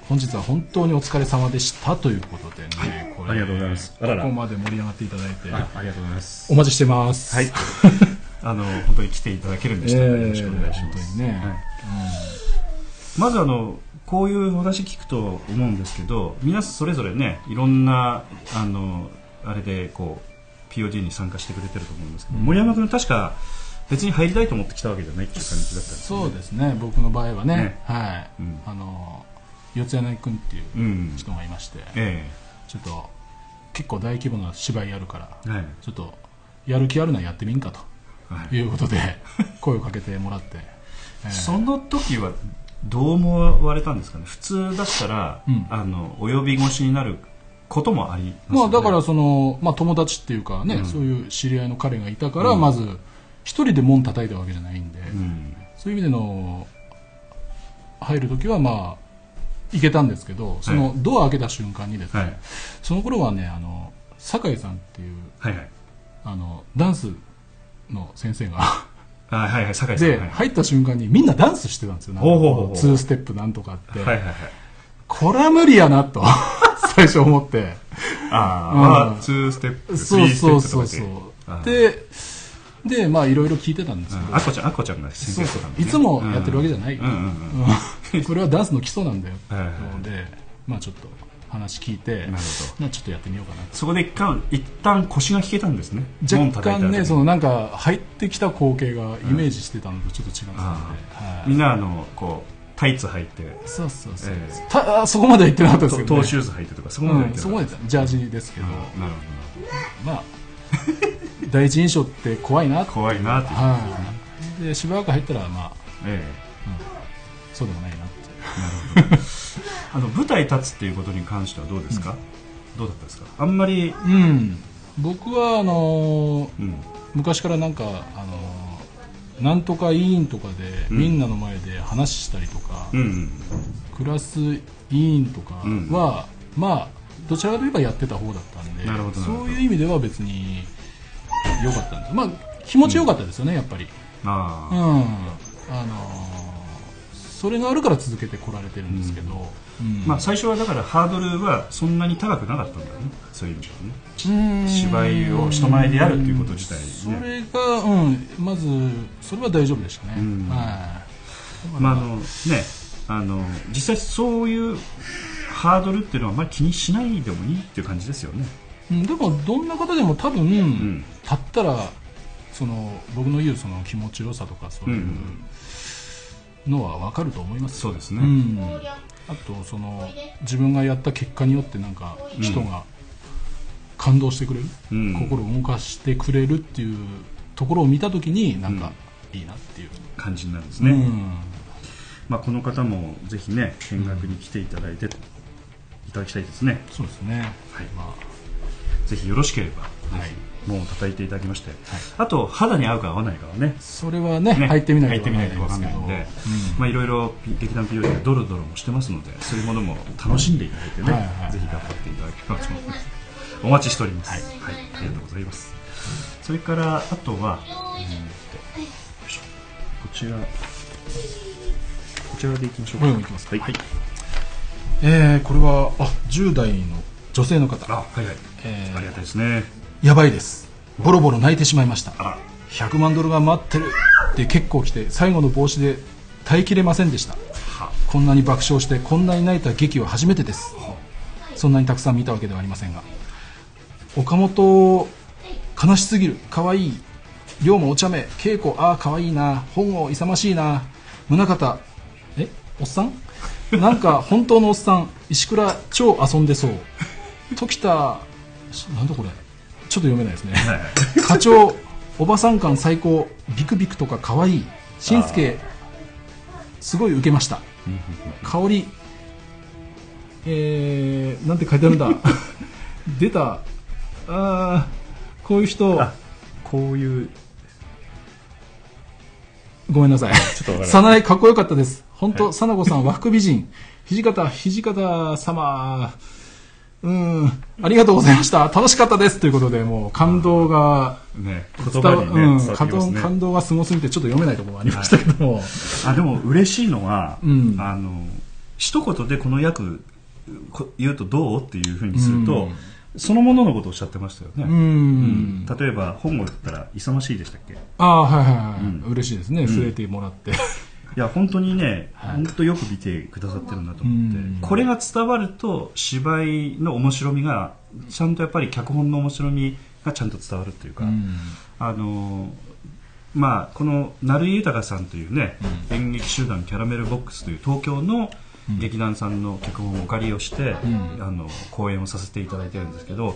Speaker 3: 本日は本当にお疲れ様でしたということでね、これ
Speaker 2: ありがとうございますあらら
Speaker 3: ここまで盛り上がっていただいて
Speaker 2: ありがとうございます
Speaker 3: お待ちしてます
Speaker 2: はい あの本当に来ていただけるんでしたらよろしくお願いします、
Speaker 3: えー本当にね
Speaker 2: はいまずあのこういうお話聞くと思うんですけど皆さんそれぞれねいろんなあのあれでこう POD に参加してくれてると思うんですけど、森山君確か別に入りたいと思ってきたわけじゃないっていう感じだったんです
Speaker 3: そうですね僕の場合はね
Speaker 2: ね
Speaker 3: は
Speaker 2: う
Speaker 3: い、
Speaker 2: ん
Speaker 3: あの四谷君っていううん人がいまして、
Speaker 2: え
Speaker 3: ちょっと結構大規模な芝居やるから、
Speaker 2: えはい
Speaker 3: ちょっとやる気あるならやってみんか
Speaker 2: はい
Speaker 3: ということで声をかけてもらって、えー
Speaker 2: その時はどう思われたんですかね普通だったら、
Speaker 3: うん
Speaker 2: あのお呼び越しになることもあります
Speaker 3: まあ、だから
Speaker 2: は
Speaker 3: その、まあ、友達っていうかね、そういう知り合いの彼がいたから、まず一人で門叩いたわけじゃないんで、
Speaker 2: うん
Speaker 3: そういう意味での入る時はまあ行けたんですけどそのドア開けた瞬間にですね、
Speaker 2: はい
Speaker 3: その頃はねあの酒井さんっていう
Speaker 2: はいはい
Speaker 3: あのダンスの先生が
Speaker 2: あはいはい酒井さん
Speaker 3: で
Speaker 2: はい
Speaker 3: 入った瞬間にみんなダンスしてたんですよなんか
Speaker 2: ほうほうほうほう
Speaker 3: ツーステップなんとかって、
Speaker 2: はいはいはい
Speaker 3: これは無理や なと最初思って
Speaker 2: あー、
Speaker 3: うん
Speaker 2: あ2ステップ
Speaker 3: そう
Speaker 2: 3ステ
Speaker 3: そう
Speaker 2: ップと
Speaker 3: そ
Speaker 2: か
Speaker 3: う
Speaker 2: って
Speaker 3: そう
Speaker 2: あー
Speaker 3: ででまあいろいろ聞いてたんですけど、
Speaker 2: あこちゃん、あこちゃんが先生と
Speaker 3: そうそう
Speaker 2: かね
Speaker 3: いつもやってるわけじゃ
Speaker 2: ゃ
Speaker 3: ない、
Speaker 2: うんうんうん。なる
Speaker 3: うんこれはダンスの基礎なんだよ
Speaker 2: はいはいはい
Speaker 3: なので、まあ、ちょっと話聞いて
Speaker 2: ほど。
Speaker 3: まあちょっとやってみようかな
Speaker 2: そこで一旦、一旦腰が引けたんですね。門
Speaker 3: 若
Speaker 2: 叩いた
Speaker 3: 干ね
Speaker 2: 後
Speaker 3: そ
Speaker 2: に
Speaker 3: のなんか入ってきた光景がイメージしてたのとちょっと違ってたので、
Speaker 2: あ
Speaker 3: はい
Speaker 2: みんな、あの、こう、タイツ履いて、
Speaker 3: そうそうそう、
Speaker 2: えー
Speaker 3: たあそこまでは行ってなかったです
Speaker 2: ト
Speaker 3: け
Speaker 2: ト
Speaker 3: ど、
Speaker 2: ー
Speaker 3: ね
Speaker 2: シューズ履いてとか、そこまで
Speaker 3: う
Speaker 2: 履い
Speaker 3: ん、
Speaker 2: て
Speaker 3: そこまで
Speaker 2: で。
Speaker 3: ジャージですけど、
Speaker 2: うんなるほど。
Speaker 3: まあ第一印象って怖いなって、
Speaker 2: 怖いなって。
Speaker 3: はい、でしばらく入ったらまあ
Speaker 2: ええ
Speaker 3: そうでもないなって
Speaker 2: あの、舞台立つっていうことに関してはどうですかどうだったですかあんまり、
Speaker 3: うん僕はあのー
Speaker 2: うん。
Speaker 3: 昔からなんかあのーなんとか委員とかで、みんなの前で話したりとか、
Speaker 2: うんうん
Speaker 3: クラス委員とか
Speaker 2: うん
Speaker 3: は、まあどちらかといえばやってた方だったんで
Speaker 2: なるほどなるほど
Speaker 3: そういう意味では別に良かったんですまあ気持ち良かったですよね、やっぱり、
Speaker 2: あ
Speaker 3: う
Speaker 2: あ
Speaker 3: んあのーそれがあるから続けてこられてるんですけど、うん
Speaker 2: まあ、最初はだからハードルはそんなに高くなかったんだよねそういう意味ではね
Speaker 3: うん
Speaker 2: 芝居を人前でやるっていうこと自体
Speaker 3: そ
Speaker 2: ね
Speaker 3: れが、うん、まずそれは大丈夫でしたね、
Speaker 2: うん
Speaker 3: は
Speaker 2: まああのねあの実際そういうハードルっていうのはあんまり気にしないでもいいっていう感じですよね
Speaker 3: いうんでもどんな方でも多分、
Speaker 2: ん
Speaker 3: 立ったらその僕の言うその気持ちよさとかそういうのは分かると思います
Speaker 2: そうです
Speaker 3: う
Speaker 2: ね、
Speaker 3: ん、あとその自分がやった結果によってなんか人が感動してくれる、
Speaker 2: うん
Speaker 3: 心を動かしてくれるっていうところを見た時になんかいいなっていう、
Speaker 2: 感じになるんですね、
Speaker 3: うん
Speaker 2: まあ、この方もぜひね見学に来ていただいて、いただきたいですね
Speaker 3: そうですね、
Speaker 2: はい
Speaker 3: ま
Speaker 2: ぜひよろしければ、
Speaker 3: あ
Speaker 2: ぜひ門を叩いていただきまして、あと肌に合うか合わないかはね
Speaker 3: それはね
Speaker 2: ね
Speaker 3: 入ってみない
Speaker 2: 入ってみないとわ
Speaker 3: わ
Speaker 2: か
Speaker 3: かん
Speaker 2: んな
Speaker 3: ない
Speaker 2: い
Speaker 3: です
Speaker 2: ん
Speaker 3: けど
Speaker 2: で、まあいろいろ劇団 POD がドロドロもしてますのでそういうものも楽しんでいただいてね、
Speaker 3: はいはいはい
Speaker 2: ぜひ頑張っていただければと思いますお待ちしております、はいありがとうございますそれからあとは、えーっとよいしょこちらこちらでいきましょうか、
Speaker 3: はい行きます
Speaker 2: はい、はい、
Speaker 3: えーこれはあ10代の女性の方
Speaker 2: あはいはい、
Speaker 3: えー
Speaker 2: ありがたいですね
Speaker 3: やばいですボロボロ泣いてしまいました
Speaker 2: あら
Speaker 3: 100万ドルが待ってるって結構来て最後の帽子で耐えきれませんでした
Speaker 2: は
Speaker 3: こんなに爆笑してこんなに泣いた劇は初めてですそんなにたくさん見たわけではありませんが岡本悲しすぎる可愛い龍馬お茶目稽古ああ可愛いな本郷勇ましいな宗方えおっさんなんか本当のおっさん石倉超遊んでそう時田しなんだこれちょっと読めないですね
Speaker 2: はいはい
Speaker 3: 課長おばさん感最高ビクビクとか可愛いしんすけすごい受けました香りえー、なんて書いてある んだ出たあーこういう人
Speaker 2: あこういう
Speaker 3: ごめんなさい
Speaker 2: ちょっとわからない
Speaker 3: 早苗かっこよかったです本当さなごさん和服美人土方土方様うーんありがとうございました楽しかったですということでもう感動が
Speaker 2: ね言
Speaker 3: 伝
Speaker 2: 葉
Speaker 3: わ
Speaker 2: にね伝わって
Speaker 3: う
Speaker 2: き
Speaker 3: ん、感動
Speaker 2: ますね
Speaker 3: 感動がすごすぎてちょっと読めないところもありましたけども、
Speaker 2: あでも嬉しいのは、
Speaker 3: うん
Speaker 2: あの一言でこの役こ言うとどうっていうふうにすると、そのもののことをおっしゃってましたよね、
Speaker 3: う
Speaker 2: うん
Speaker 3: ん、
Speaker 2: 例えば本をだったら「勇ましい」でしたっけい
Speaker 3: ああはいはいはい、
Speaker 2: うん
Speaker 3: 嬉しいですね増えてもらって、
Speaker 2: や本当にね、本当よく見てくださってるなと思って、
Speaker 3: うん
Speaker 2: これが伝わると芝居の面白みがちゃんとやっぱり脚本の面白みがちゃんと伝わるっていうか、あのまあこの成井豊さんというね、演劇集団キャラメルボックスという東京の劇団さんの脚本をお借りをして、あの公演をさせていただいてるんですけど、や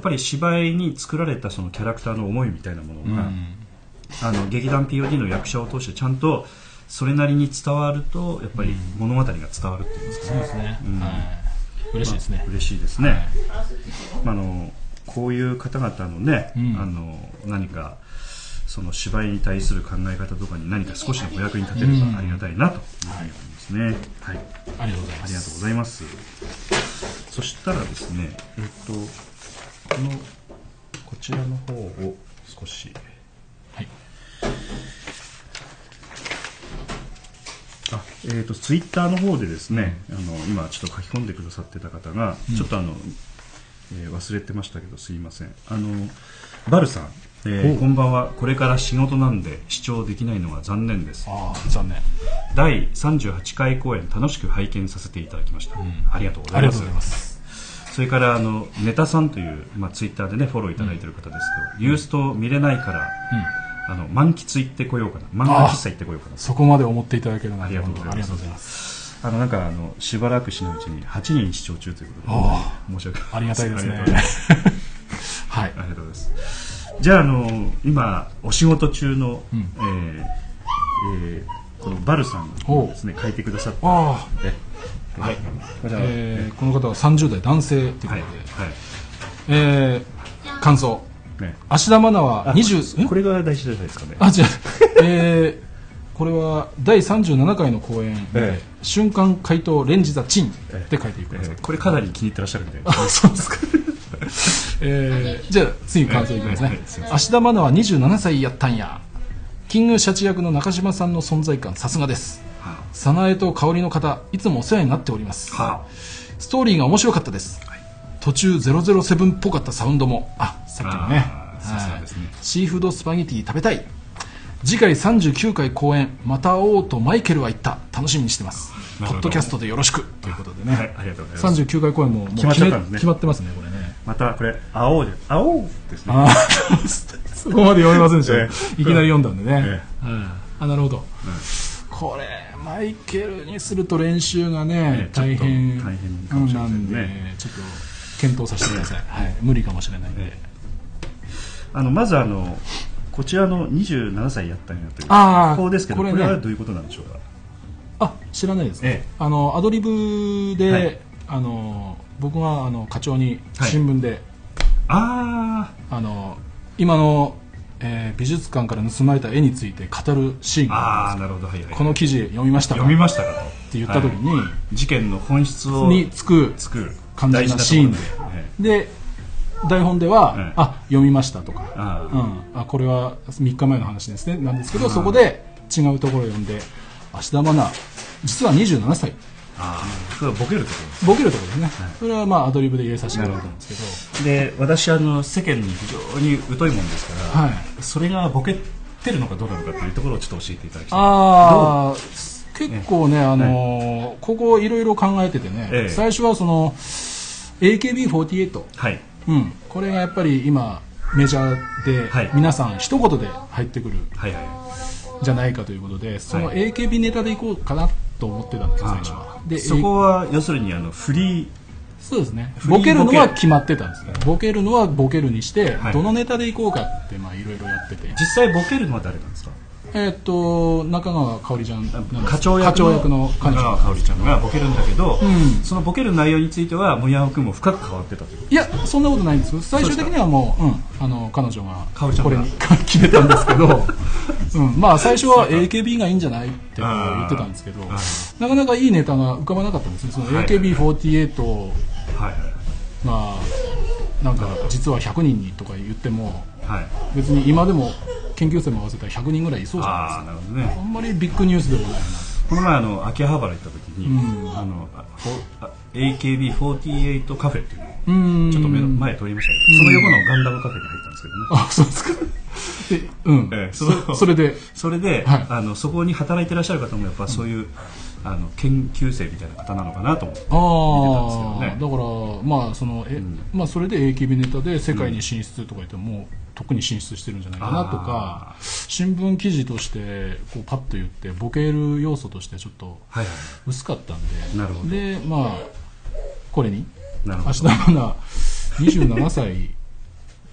Speaker 2: っぱり芝居に作られたそのキャラクターの思いみたいなもの
Speaker 3: うん
Speaker 2: が、あの劇団 POD の役者を通してちゃんとそれなりに伝わるとやっぱり物語が伝わるっていうんですかね
Speaker 3: そうですね、
Speaker 2: ん
Speaker 3: はい、嬉しいですね、
Speaker 2: 嬉しいですね、まあ、あのこういう方々のね、
Speaker 3: うん
Speaker 2: あの何かその芝居に対する考え方とかに何か少しでもお役に立てれ
Speaker 3: うん
Speaker 2: ばありがたいなというふうに思いますね、はい、
Speaker 3: ありがとうございま
Speaker 2: あ
Speaker 3: す
Speaker 2: りがとうございますそしたらですねえっとこのこちらの方を少し
Speaker 3: はい
Speaker 2: あえー、とツイッターの方でですね、あの今ちょっと書き込んでくださってた方が、ちょっとあの、えー忘れてましたけどすいませんあのバルさん、えー
Speaker 3: おう
Speaker 2: こんばんはこれから仕事なんで視聴できないのは残念です
Speaker 3: ああ残念
Speaker 2: 第38回公演楽しく拝見させていただきました、ありがとうござ
Speaker 3: あ
Speaker 2: い
Speaker 3: り
Speaker 2: ま
Speaker 3: がとう
Speaker 2: す
Speaker 3: ございます
Speaker 2: それからあのネタさんという、まあ、ツイッターでねフォローいただいてる方ですけど、ユースト見れないから、あの満喫行ってこようかな漫画喫茶行ってこようかな
Speaker 3: そこまで思っていただけるな
Speaker 2: あ
Speaker 3: ん
Speaker 2: り
Speaker 3: て
Speaker 2: がとう
Speaker 3: 本
Speaker 2: ご
Speaker 3: 当
Speaker 2: ざいます
Speaker 3: にありがとうございます
Speaker 2: あのなんかあのしばらくしないうちに8人視聴中ということで
Speaker 3: あ
Speaker 2: 申し訳
Speaker 3: ありがたいですね
Speaker 2: ありがとうございます
Speaker 3: はい
Speaker 2: ありがとうございますじゃああの今お仕事中の、
Speaker 3: ん
Speaker 2: えーえーこのバルさんがですね書いてくださって
Speaker 3: ああ、
Speaker 2: はいじゃあ、
Speaker 3: えーこの方は30代男性ということで、
Speaker 2: はい
Speaker 3: えー感想
Speaker 2: はいね
Speaker 3: 芦田愛菜は
Speaker 2: あ
Speaker 3: 20ん
Speaker 2: これが大事じゃないですかね
Speaker 3: あ、違う。えーこれは第37回の公演で、
Speaker 2: ええ
Speaker 3: 瞬間回答レンジザチンって書いていください、
Speaker 2: これかなり気に入ってらっしゃるみたいな
Speaker 3: あそう ですか、えーじゃあ次感想いきますね芦田愛菜は27歳やったんやキングシャチ役の中島さんの存在感さすがです早苗と香織の方いつもお世話になっております
Speaker 2: は
Speaker 3: ストーリーが面白かったです、途中007っぽかったサウンドもあさっきのね
Speaker 2: あーさすがですね
Speaker 3: はいシーフードスパゲティ食べたい次回39回公演また会おうとマイケルは言った楽しみにしてますポ
Speaker 2: なるほど
Speaker 3: ッドキャストでよろしくということでね、
Speaker 2: はいありがとうございます
Speaker 3: 39回公演ももう
Speaker 2: 決
Speaker 3: 決
Speaker 2: まっちゃったんですね
Speaker 3: 決まってますねこれね
Speaker 2: またこれ「青で「青ですね
Speaker 3: あーそこまで読めませんでした、
Speaker 2: ええ
Speaker 3: いきなり読んだんでね、
Speaker 2: え
Speaker 3: うんあなるほど、これマイケルにすると練習が
Speaker 2: ええ
Speaker 3: ね、
Speaker 2: ちょっと
Speaker 3: 大変
Speaker 2: 大変かもしれま
Speaker 3: な
Speaker 2: せん
Speaker 3: んで
Speaker 2: ね
Speaker 3: ちょっと検討させてください、はい、無理かもしれないんで、
Speaker 2: えあのまずあのこちらの27歳やったんやという
Speaker 3: あー
Speaker 2: こうですけど
Speaker 3: こ
Speaker 2: こ
Speaker 3: れ
Speaker 2: れ,、
Speaker 3: ね
Speaker 2: はどういうことなんでしょうか
Speaker 3: あ知らないです、
Speaker 2: ええ
Speaker 3: あのアドリブで、
Speaker 2: はい
Speaker 3: あの僕があの課長に
Speaker 2: はい
Speaker 3: 新聞で、
Speaker 2: あ
Speaker 3: あの今の、えー美術館から盗まれた絵について語るシーン
Speaker 2: ー
Speaker 3: があ
Speaker 2: あー
Speaker 3: るんで
Speaker 2: なるほどはいは
Speaker 3: す
Speaker 2: い
Speaker 3: この記事読みましたか
Speaker 2: 読みましたかとっ
Speaker 3: って言った時に、
Speaker 2: 事件の本質を
Speaker 3: につく
Speaker 2: 作る
Speaker 3: 感じなシーン
Speaker 2: 大
Speaker 3: で
Speaker 2: 事なところえ
Speaker 3: で台本では、
Speaker 2: ええ
Speaker 3: あ読みましたとか、
Speaker 2: えあ
Speaker 3: う
Speaker 2: ー
Speaker 3: ん、あこれは3日前の話ですねなんですけどそこで違うところを読んで芦田愛菜実は27歳
Speaker 2: あーそれはボケるところ
Speaker 3: ボケるところですね、それはまあアドリブで入れさせてもらったんですけど
Speaker 2: で私あの世間に非常に疎いもんですから、
Speaker 3: はい
Speaker 2: それがボケてるのかどうなのかというところをちょっと教えていただきたい
Speaker 3: ああ結構ね、あのーここいろいろ考えててね、
Speaker 2: ええ
Speaker 3: 最初はその AKB48、
Speaker 2: はい
Speaker 3: うん、これがやっぱり今メジャーで、
Speaker 2: はい
Speaker 3: 皆さん一言で入ってくる
Speaker 2: はいはい
Speaker 3: じゃないかということでその
Speaker 2: は
Speaker 3: AKB ネタでいこうかなと思ってたんですよ最初はで
Speaker 2: そこは要するにあのフリー
Speaker 3: そうですね
Speaker 2: フリー
Speaker 3: ボケるの
Speaker 2: ボ
Speaker 3: は
Speaker 2: ケ
Speaker 3: 決まってたんですねボケるのはボケるにして、
Speaker 2: はい
Speaker 3: どのネタでいこうかってまあいろいろやってて
Speaker 2: 実際ボケるのは誰なんですか
Speaker 3: えーっと中川香織ちゃんなんです
Speaker 2: 課長役
Speaker 3: 課長役の彼
Speaker 2: 中
Speaker 3: 女
Speaker 2: 川香織ちゃんがボケるんだけど、
Speaker 3: うん
Speaker 2: そのボケる内容については森山君も深く変わってたという
Speaker 3: いやそんなことないんですけど最終的にはもうう、ん、あの彼女が
Speaker 2: 香織ちゃん
Speaker 3: こ
Speaker 2: が
Speaker 3: れに 決めたんです けど、うん、まあ最初は AKB がいいんじゃないってこう言ってたんですけど
Speaker 2: あー
Speaker 3: なかなかいいネタが浮かばなかったんですねその
Speaker 2: はい
Speaker 3: AKB48
Speaker 2: はい
Speaker 3: がなんか実は100人にとか言っても
Speaker 2: はいはい
Speaker 3: 別に今でも研究生も合わせたら100人ぐらいいそうじゃないで
Speaker 2: あ
Speaker 3: すか
Speaker 2: あなるほどね
Speaker 3: あんまりビッグニュースでもないな
Speaker 2: この前あの秋葉原行った時に、あのあほあ AKB48 カフェっていうのを
Speaker 3: うーん
Speaker 2: ちょっと目の前通りましたけど、その横のガンダムカフェに入ったんですけどね
Speaker 3: あそうですかでうん、
Speaker 2: ええそ
Speaker 3: そうそれで
Speaker 2: それで、
Speaker 3: はい
Speaker 2: あのそこに働いてらっしゃる方もやっぱそういう、あの研究生みたいな方なのかなと思って見
Speaker 3: ああ、
Speaker 2: てたんですけ
Speaker 3: だからまあそのえ、
Speaker 2: ん
Speaker 3: まあそれで AKB ネタで世界に進出とか言っても、もう特に進出してるんじゃないかなとか新聞記事としてこうパッと言ってボケる要素としてちょっと
Speaker 2: はいは
Speaker 3: 薄かったんで
Speaker 2: いなるほど
Speaker 3: でまあこれに
Speaker 2: なるほ
Speaker 3: 芦
Speaker 2: ど
Speaker 3: 田愛菜27歳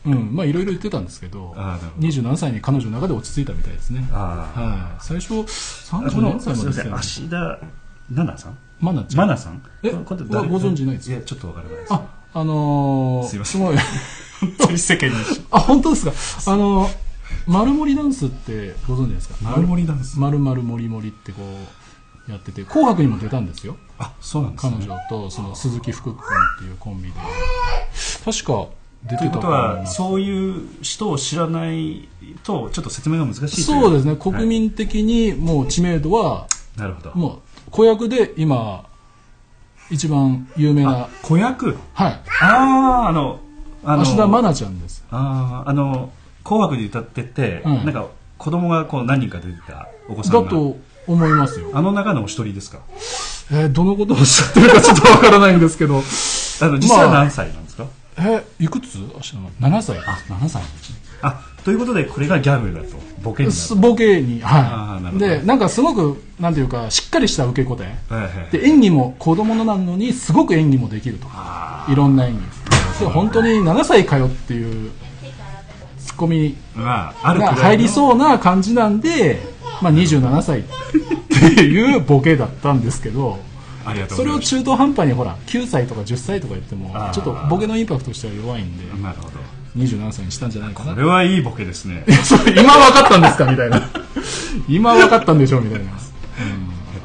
Speaker 3: うんまあいろいろ言ってたんですけど
Speaker 2: あーなるほど
Speaker 3: 27歳に彼女の中で落ち着いたみたいですね
Speaker 2: あー
Speaker 3: はい、最初
Speaker 2: あの
Speaker 3: 37
Speaker 2: すい
Speaker 3: 歳まで
Speaker 2: ませ
Speaker 3: で
Speaker 2: ん
Speaker 3: すよ
Speaker 2: 芦田奈々さん
Speaker 3: マナちゃ
Speaker 2: マ
Speaker 3: ん
Speaker 2: ナさん
Speaker 3: え
Speaker 2: この方
Speaker 3: ごご存知ないですか
Speaker 2: いやちょっとわからないです
Speaker 3: ああのー、
Speaker 2: すいません
Speaker 3: すごい
Speaker 2: 本当に世間に
Speaker 3: あ本当ですかあの丸森ダンスってご存知ですか
Speaker 2: 丸森ダンス
Speaker 3: 丸丸森森ってこうやってて「紅白」にも出たんですよ
Speaker 2: あそうなんです
Speaker 3: 彼
Speaker 2: ね
Speaker 3: 女とその鈴木福君っていうコンビで確か出
Speaker 2: とい
Speaker 3: て
Speaker 2: うこと
Speaker 3: たと思い
Speaker 2: は
Speaker 3: ます
Speaker 2: そういう人を知らないとちょっと説明が難しいとい
Speaker 3: そうですね
Speaker 2: はい
Speaker 3: 国民的にもう知名度は
Speaker 2: なるほど
Speaker 3: もう子役で今一番有名な
Speaker 2: あ子役
Speaker 3: はい
Speaker 2: あああのあの
Speaker 3: 芦田愛菜ちゃんです
Speaker 2: あああの「紅白」で歌ってて、
Speaker 3: うん
Speaker 2: なんか子供がこう何人か出てたお子さん
Speaker 3: だ
Speaker 2: が
Speaker 3: と思いますよ
Speaker 2: あの中のお一人ですか
Speaker 3: えーどのことをおっしゃってるかちょっとわからないんですけど
Speaker 2: あの実際は
Speaker 3: まあ
Speaker 2: 何歳なんですか、
Speaker 3: えいくつあ知らない7歳あ7歳
Speaker 2: あ、ということでこれがギャグだとボケにな
Speaker 3: す
Speaker 2: る
Speaker 3: ボケに
Speaker 2: あ
Speaker 3: は
Speaker 2: ーないるほど
Speaker 3: でなんかすごくなんていうかしっかりした受け答え
Speaker 2: はいはい
Speaker 3: で演技も子供のなのにすごく演技もできるといろんな演技それ本当に7歳かよっていうツッコミ
Speaker 2: まああるくらい
Speaker 3: が
Speaker 2: の
Speaker 3: 入りそうな感じなんで、まあ、27歳っていうボケだったんですけど
Speaker 2: ありがとう
Speaker 3: そ
Speaker 2: ござ
Speaker 3: れ
Speaker 2: い
Speaker 3: を
Speaker 2: ます
Speaker 3: 中途半端にほら9歳とか10歳とか言っても
Speaker 2: あー
Speaker 3: ちょっとボケのインパクトとしては弱いんで
Speaker 2: なるほど
Speaker 3: 27歳にしたんじゃないかな
Speaker 2: これはいいボケですね
Speaker 3: それ今分かったんですかみたいな 今分かったんでしょみたいな、うん、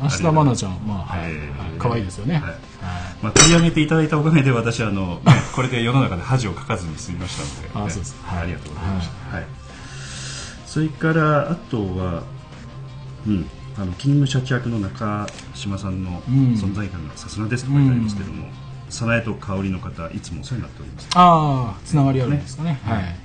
Speaker 3: 明日愛菜ちゃんまあ、はい
Speaker 2: えー
Speaker 3: はい可愛いですよね、
Speaker 2: はいまあ、取り上げていただいたおかげで私あの、ねこれで世の中で恥をかかずに済みましたので、
Speaker 3: あそうです
Speaker 2: はい、ありがとうございました、はいそれからあとは、うん、あの勤務社長の中島さんの
Speaker 3: うん
Speaker 2: 存在感がさすがですと書いてありますけども、早苗と香織の方いつもお世話になっております
Speaker 3: ああつながりあるんですかねはい、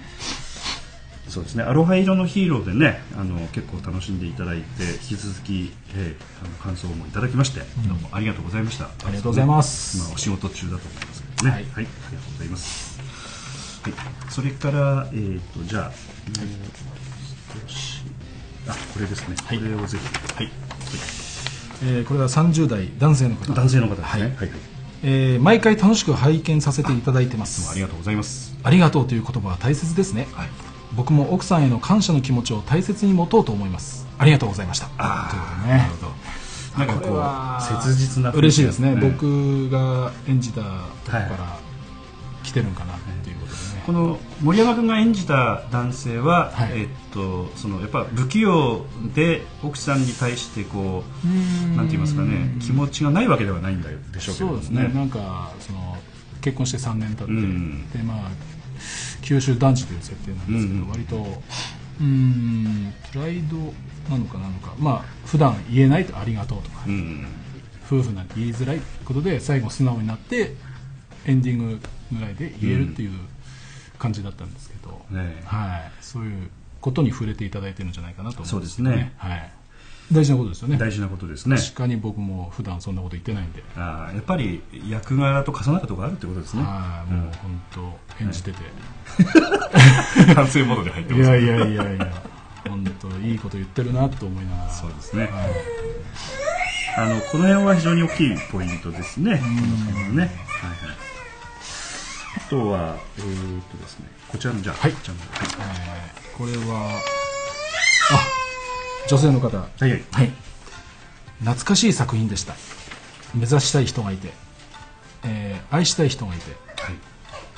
Speaker 2: そうですねアロハ色のヒーローでねあの結構楽しんでいただいて引き続き、えーあの感想もいただきまして、どうもありがとうございましたあ
Speaker 3: りがとうございます
Speaker 2: まあ、お仕事中だと思いますけどねは
Speaker 3: はいい、
Speaker 2: ありがとうございます、はい、それからえっ、とじゃあ、えー少しあこれですね、これをぜひはい、
Speaker 3: えーこれは30代男性の方
Speaker 2: 男性の方ですねはい、はい
Speaker 3: えー毎回楽しく拝見させていただいてま
Speaker 2: どうもあり
Speaker 3: す
Speaker 2: がとうございます
Speaker 3: ありがとうという言葉は大切ですね、
Speaker 2: はい
Speaker 3: 僕も奥さんへの感謝の気持ちを大切に持とうと思いますありがとうございました
Speaker 2: あー
Speaker 3: というこ
Speaker 2: な
Speaker 3: とでね
Speaker 2: んか
Speaker 3: これ
Speaker 2: こ
Speaker 3: は
Speaker 2: う切実な雰囲気
Speaker 3: 嬉しいですね、僕が演じたとこから、
Speaker 2: は
Speaker 3: 来てるんかなっていうことでね、
Speaker 2: この森山君が演じた男性は、
Speaker 3: はい
Speaker 2: えっとそのやっぱ不器用で奥さんに対してこうなんて言いますかね気持ちがないわけではないんだよでしょうけど
Speaker 3: そうですねなんかその結婚して3年経って、
Speaker 2: うん
Speaker 3: でまあ九州男児という設定なんですけど、
Speaker 2: うん
Speaker 3: 割とうーんプライドなのかなのかまあ普段言えないとありがとうとか、
Speaker 2: うん
Speaker 3: 夫婦なんて言いづらいことで最後素直になってエンディングぐらいで言えるっていう感じだったんですけど、
Speaker 2: ねえ
Speaker 3: はい、そういうことに触れていただいてるんじゃないかなと思うんですけど
Speaker 2: そうですね
Speaker 3: はい、大事なことですよね
Speaker 2: 大事なことですね
Speaker 3: 確かに僕も普段そんなこと言ってないんで、
Speaker 2: あーやっぱり役柄と重なるところがあるってことですね
Speaker 3: はいもう本当演じてて、
Speaker 2: 完成モードで入って
Speaker 3: い
Speaker 2: ます
Speaker 3: やいやいやいや 本当いいこと言ってるなと思いながら
Speaker 2: そうですね
Speaker 3: はい
Speaker 2: あのこの辺は非常に大きいポイントですね。この辺はね。はいはい。あとはえーっとですね。こちらのじゃあ、
Speaker 3: はい
Speaker 2: こちらのは
Speaker 3: えーこれはあ女性の方
Speaker 2: いはいはい。
Speaker 3: はい、懐かしい作品でした目指したい人がいて、えー愛したい人がいて、
Speaker 2: はい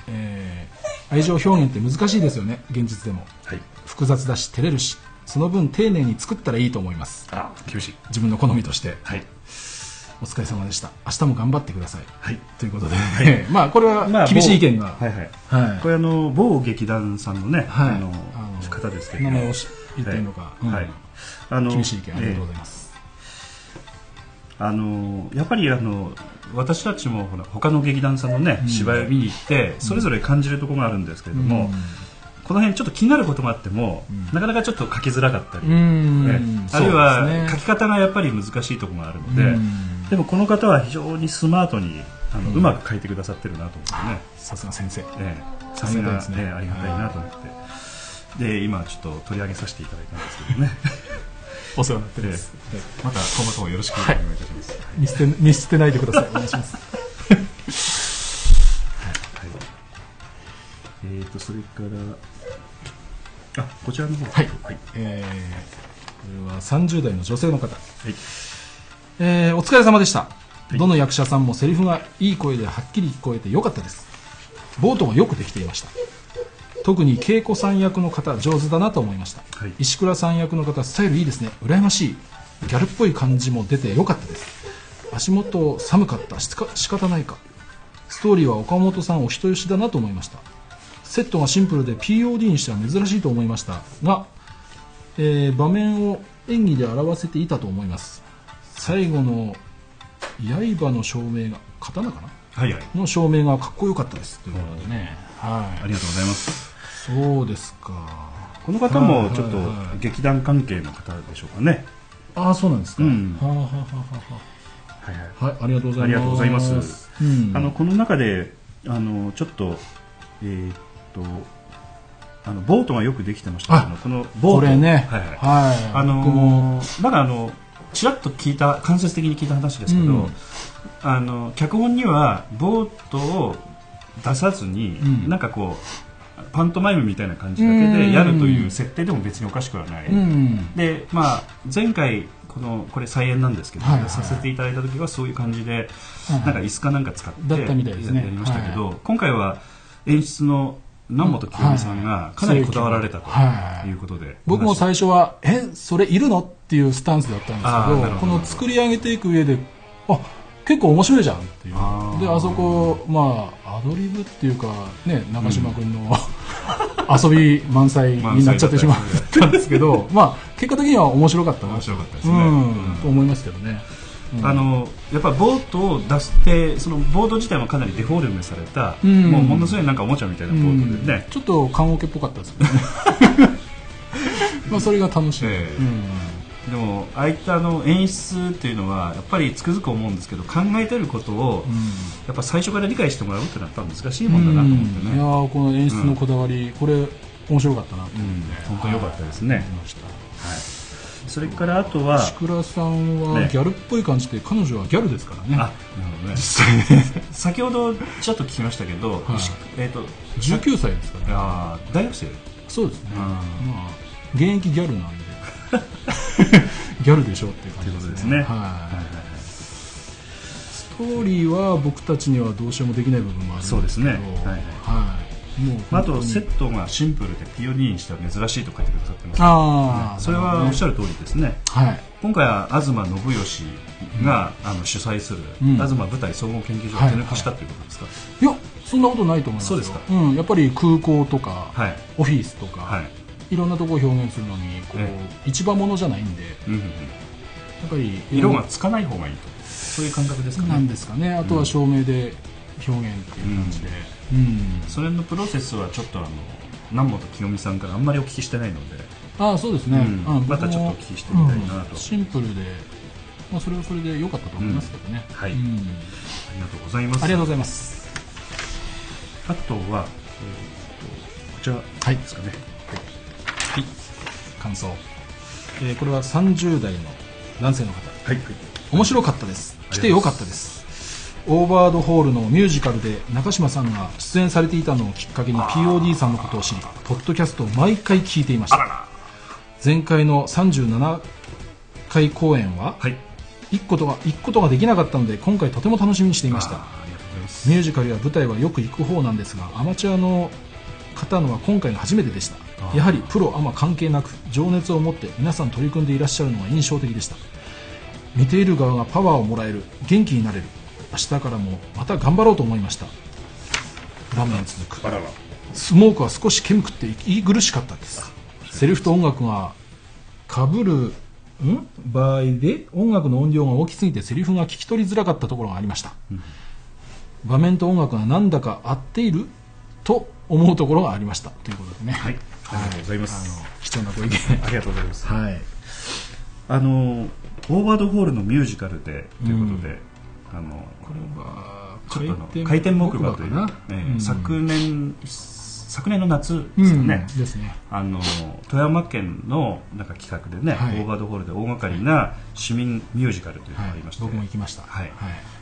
Speaker 3: えー愛情表現って難しいですよね現実でも
Speaker 2: はい。
Speaker 3: 複雑だし照れるしその分丁寧に作ったらいいと思います
Speaker 2: あ厳しい。
Speaker 3: 自分の好みとして
Speaker 2: はい
Speaker 3: お疲れ様でした明日も頑張ってください
Speaker 2: はい。
Speaker 3: ということで、 まあこれは厳しい意見が、
Speaker 2: はいはい。
Speaker 3: はい
Speaker 2: これあの某劇団さんのね、
Speaker 3: はい
Speaker 2: あの
Speaker 3: あの
Speaker 2: 方ですけど
Speaker 3: 名前をし言っていいのか、
Speaker 2: は
Speaker 3: うん
Speaker 2: はいあの
Speaker 3: 厳しい意見ありがとうござい
Speaker 2: え
Speaker 3: ます、
Speaker 2: えあのやっぱりあの私たちもほら他の劇団さんのね、芝居を見に行ってそれぞれ感じるところがあるんですけれども、この辺ちょっと気になることがあっても、なかなかちょっと書きづらかったり、
Speaker 3: うーん
Speaker 2: ええあるい
Speaker 3: そう
Speaker 2: は
Speaker 3: で
Speaker 2: 書
Speaker 3: すね
Speaker 2: き方がやっぱり難しいところがあるので、
Speaker 3: うん
Speaker 2: でもこの方は非常にスマートにあの、うまく書いてくださってるなと思ってね。
Speaker 3: さすが先生
Speaker 2: ええ、さ
Speaker 3: さ
Speaker 2: す
Speaker 3: す
Speaker 2: が
Speaker 3: が
Speaker 2: で
Speaker 3: ですす
Speaker 2: ね
Speaker 3: ね、
Speaker 2: ええありがたいなと思って、で今ちょっと取り上げさせていただいたんですけどね
Speaker 3: お世話になってます、はい
Speaker 2: また今後ともよろしくお願いいたします、はい
Speaker 3: 見捨て見捨てないでくださいお願いします
Speaker 2: えー、とそれからあこちらの方
Speaker 3: はい
Speaker 2: はい、
Speaker 3: えーこれは30代の女性の方、
Speaker 2: はい
Speaker 3: えーお疲れ様でした、
Speaker 2: い
Speaker 3: どの役者さんもセリフがいい声ではっきり聞こえてよかったですボートがよくできていました特に恵子さん役の方上手だなと思いました、
Speaker 2: はい
Speaker 3: 石倉さん役の方スタイルいいですね羨ましいギャルっぽい感じも出てよかったです足元寒かったしつか仕方ないかストーリーは岡本さんお人よしだなと思いましたセットがシンプルで POD にしては珍しいと思いましたがえー場面を演技で表せていたと思います最後の刃の照明が刀かな
Speaker 2: はいはい
Speaker 3: の照明がかっこよかったですということでね、
Speaker 2: あ
Speaker 3: は
Speaker 2: りがとうございます
Speaker 3: い、そうですか
Speaker 2: この方もちょっと
Speaker 3: はいはいはい
Speaker 2: 劇団関係の方でしょうかね
Speaker 3: ああそうなんですか、
Speaker 2: うん
Speaker 3: はあはあは
Speaker 2: はいはい
Speaker 3: あはあはいありがとうご
Speaker 2: あ
Speaker 3: ざいます
Speaker 2: りがとうございます
Speaker 3: うん、
Speaker 2: あのこの中であのちょっとえーっとあのボートがよくできてましたけど
Speaker 3: あ
Speaker 2: このボート
Speaker 3: これね
Speaker 2: はいはい
Speaker 3: はい
Speaker 2: あの
Speaker 3: 僕も
Speaker 2: ーまだあのちらっと聞いた間接的に聞いた話ですけど、
Speaker 3: うん
Speaker 2: あの脚本にはボートを出さずに、
Speaker 3: うん
Speaker 2: なんかこうパントマイムみたいな感じだけでやるという設定でも別におかしくはない、
Speaker 3: うん
Speaker 2: でまあ、前回このこれ再演なんですけど、
Speaker 3: はいはい
Speaker 2: させていただいた時はそういう感じで、なんか椅子かなんか使って
Speaker 3: だったみたいですね
Speaker 2: やりましたけど、
Speaker 3: は
Speaker 2: 今回は演出の南本清美さんがかなりこだわられたと
Speaker 3: はい
Speaker 2: いうことで、
Speaker 3: 僕も最初は「えそれいるの?」っていうスタンスだったんです
Speaker 2: あーな
Speaker 3: け
Speaker 2: る
Speaker 3: ど
Speaker 2: ほ
Speaker 3: こ
Speaker 2: ど
Speaker 3: の作り上げていく上であ結構面白いじゃんっていう
Speaker 2: あー
Speaker 3: であそこまあアドリブっていうかね長嶋君の、 遊び満載になっちゃってしまったんですけど、まあ、結果的には面白かったな
Speaker 2: 面白かったですね
Speaker 3: うん
Speaker 2: うん
Speaker 3: と思いますけどね、うん
Speaker 2: あのやっぱボートを出してそのボード自体もかなりデフォルメされた、
Speaker 3: うん
Speaker 2: もうものすごいなんかおもちゃみたいな
Speaker 3: う
Speaker 2: ボ
Speaker 3: ん
Speaker 2: ートでね、
Speaker 3: ちょっと棺桶っぽかったです けどねまあそれが楽しい、
Speaker 2: ええ
Speaker 3: うん
Speaker 2: でもああいったあの演出っていうのはやっぱりつくづく思うんですけど考えてることを、
Speaker 3: うん
Speaker 2: やっぱ最初から理解してもらうってのはやっぱ難しいもんだなと思って
Speaker 3: うんい
Speaker 2: ね、
Speaker 3: や
Speaker 2: うん
Speaker 3: ーこの演出のこだわり、これ面白かったなと思い
Speaker 2: 本当に良かったですね、
Speaker 3: ました
Speaker 2: それからあとは
Speaker 3: 志倉さんは
Speaker 2: ね
Speaker 3: ギャルっぽい感じで彼女はギャルですからね
Speaker 2: あなるほどね 先ほどちょっと聞きましたけど、
Speaker 3: はい
Speaker 2: しえっ、と
Speaker 3: 19歳ですからね
Speaker 2: あー大学生
Speaker 3: そうですね
Speaker 2: うん
Speaker 3: まあ現役ギャル なんでギャルでしょっていう感
Speaker 2: ってい
Speaker 3: じですね
Speaker 2: うことですね
Speaker 3: はいストーリーは僕たちにはどうしようもできない部分もあるんですけ
Speaker 2: そ
Speaker 3: ど
Speaker 2: うですねはいはい
Speaker 3: はいもう本当
Speaker 2: まあ、
Speaker 3: に
Speaker 2: あとセットがシンプルでピオニーにしては珍しいと書いてくださってます
Speaker 3: ああ
Speaker 2: それはおっしゃる通りですね
Speaker 3: はい
Speaker 2: 今回は東信義が、あの主催する、
Speaker 3: うん
Speaker 2: 東舞台総合研究所を手抜きしたということですか
Speaker 3: いやそんなことないと思いますよ
Speaker 2: そうです
Speaker 3: うん、やっぱり空港とか、
Speaker 2: はいはい、
Speaker 3: オフィスとか、い、ろんなところを表現するのにこう、
Speaker 2: え
Speaker 3: 市場ものじゃないんでや
Speaker 2: うんうんうん
Speaker 3: っぱり
Speaker 2: 色がつかない方がいいとそういう感覚ですか
Speaker 3: なん
Speaker 2: ね
Speaker 3: ですかねあとは照明で表現っていう感じで、うん
Speaker 2: それのプロセスはちょっとあの南本清美さんからあんまりお聞きしてないので
Speaker 3: ああそうですね、
Speaker 2: うん
Speaker 3: あ僕も
Speaker 2: またちょっとお聞きしてみたいなと
Speaker 3: うんシンプルで、まあ、それはそれで良かったと思いますけどね、
Speaker 2: うんはい
Speaker 3: うん
Speaker 2: ありがとうございます
Speaker 3: ありがとうございます
Speaker 2: あとは、えーとこちらですかね、
Speaker 3: はい感想、えーこれは30代の男性の方
Speaker 2: はい
Speaker 3: 面白かったです来てよかったですオーバードホールのミュージカルで中島さんが出演されていたのをきっかけに POD さんのことを知りポッドキャストを毎回聞いていまし
Speaker 2: あら
Speaker 3: た
Speaker 2: ら
Speaker 3: 前回の37回公演は
Speaker 2: はい
Speaker 3: 行くことが行くことができなかったので今回とても楽しみにしていまし
Speaker 2: あ
Speaker 3: た
Speaker 2: ーありがとうございます
Speaker 3: ミュージカルや舞台はよく行く方なんですがアマチュアの方のは今回が初めてでした
Speaker 2: あー
Speaker 3: やはりプロアマ関係なく情熱を持って皆さん取り組んでいらっしゃるのが印象的でした見ている側がパワーをもらえる元気になれる明日からもまた頑張ろうと思いました場面続く
Speaker 2: あらら
Speaker 3: スモークは少し煙くって息苦しかったですセリフと音楽がかぶるん場合で音楽の音量が大きすぎてセリフが聞き取りづらかったところがありました、場面と音楽がなんだか合っていると思うところがありましたということでね、
Speaker 2: はいありがとうございます、
Speaker 3: あの貴重なご意見
Speaker 2: ありがとうございます。
Speaker 3: はい
Speaker 2: あのオーバードホールのミュージカルでということで、あの
Speaker 3: これは
Speaker 2: ちょっとあの回転木馬という、ええ昨年昨年の夏ですかね。
Speaker 3: うんですね
Speaker 2: あの富山県のなんか企画でね、
Speaker 3: はい
Speaker 2: オーバードホールで大掛かりな市民ミュージカルというの
Speaker 3: は
Speaker 2: があ
Speaker 3: い
Speaker 2: りまして、
Speaker 3: 僕も行きました
Speaker 2: はい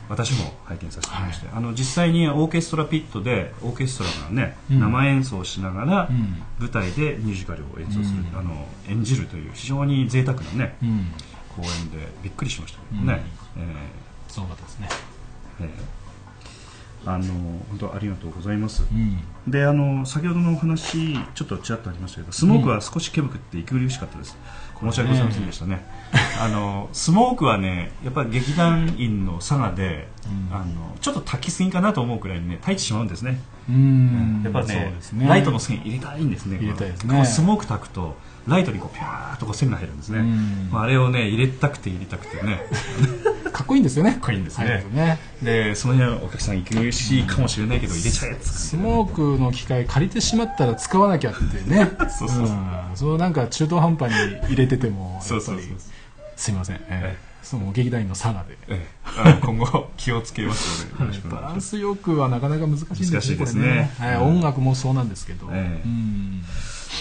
Speaker 2: 私も拝見させてもらいまして、
Speaker 3: は
Speaker 2: あの実際にオーケストラピットでオーケストラがね、
Speaker 3: うん
Speaker 2: 生演奏しながら
Speaker 3: うん
Speaker 2: 舞台でミュージカルを演奏する、
Speaker 3: うん
Speaker 2: あの演じるという非常に贅沢なね
Speaker 3: うん
Speaker 2: 公演でびっくりしましたけどね、
Speaker 3: すごかったですね
Speaker 2: えーえーあの本当ありがとうございます、
Speaker 3: うん
Speaker 2: であの先ほどのお話ちょっとちらっとありましたけどスモークは少し煙くって息苦しかったです、申し訳ございませんでしたね、あのスモークはねやっぱり劇団員の佐賀で、
Speaker 3: うん
Speaker 2: あのちょっと炊きすぎかなと思うくらいにね炊いてしまうんですね、
Speaker 3: うん
Speaker 2: やっぱね
Speaker 3: そうですね
Speaker 2: ライトの線入れたいんですね
Speaker 3: 入れたいですね
Speaker 2: このスモーク炊くとライトにこうピャーっとこう線が入るんですね、
Speaker 3: うん
Speaker 2: まあ、あれをね入れたくて入れたくて ね
Speaker 3: かっこいいんですよね
Speaker 2: かっこいいんですね
Speaker 3: ライトね
Speaker 2: でその辺はお客さん息苦しいかもしれないけど入れちゃえっつ
Speaker 3: ス
Speaker 2: う感
Speaker 3: モークの機械借りてしまったら使わなきゃってね
Speaker 2: そうそうそうん
Speaker 3: そうなんか中途半端に入れてても
Speaker 2: そうそうそう
Speaker 3: やっぱりすいません、ええ
Speaker 2: はい
Speaker 3: その劇団員の差がで
Speaker 2: じでええあの 今後気をつけますのでよろしくお
Speaker 3: バ
Speaker 2: 願い
Speaker 3: ラ
Speaker 2: し
Speaker 3: ン
Speaker 2: ます
Speaker 3: スよくはなかなか難しいんです
Speaker 2: 難しいですね
Speaker 3: これはい
Speaker 2: うん
Speaker 3: 音楽もそうなんですけど、
Speaker 2: ええ
Speaker 3: うん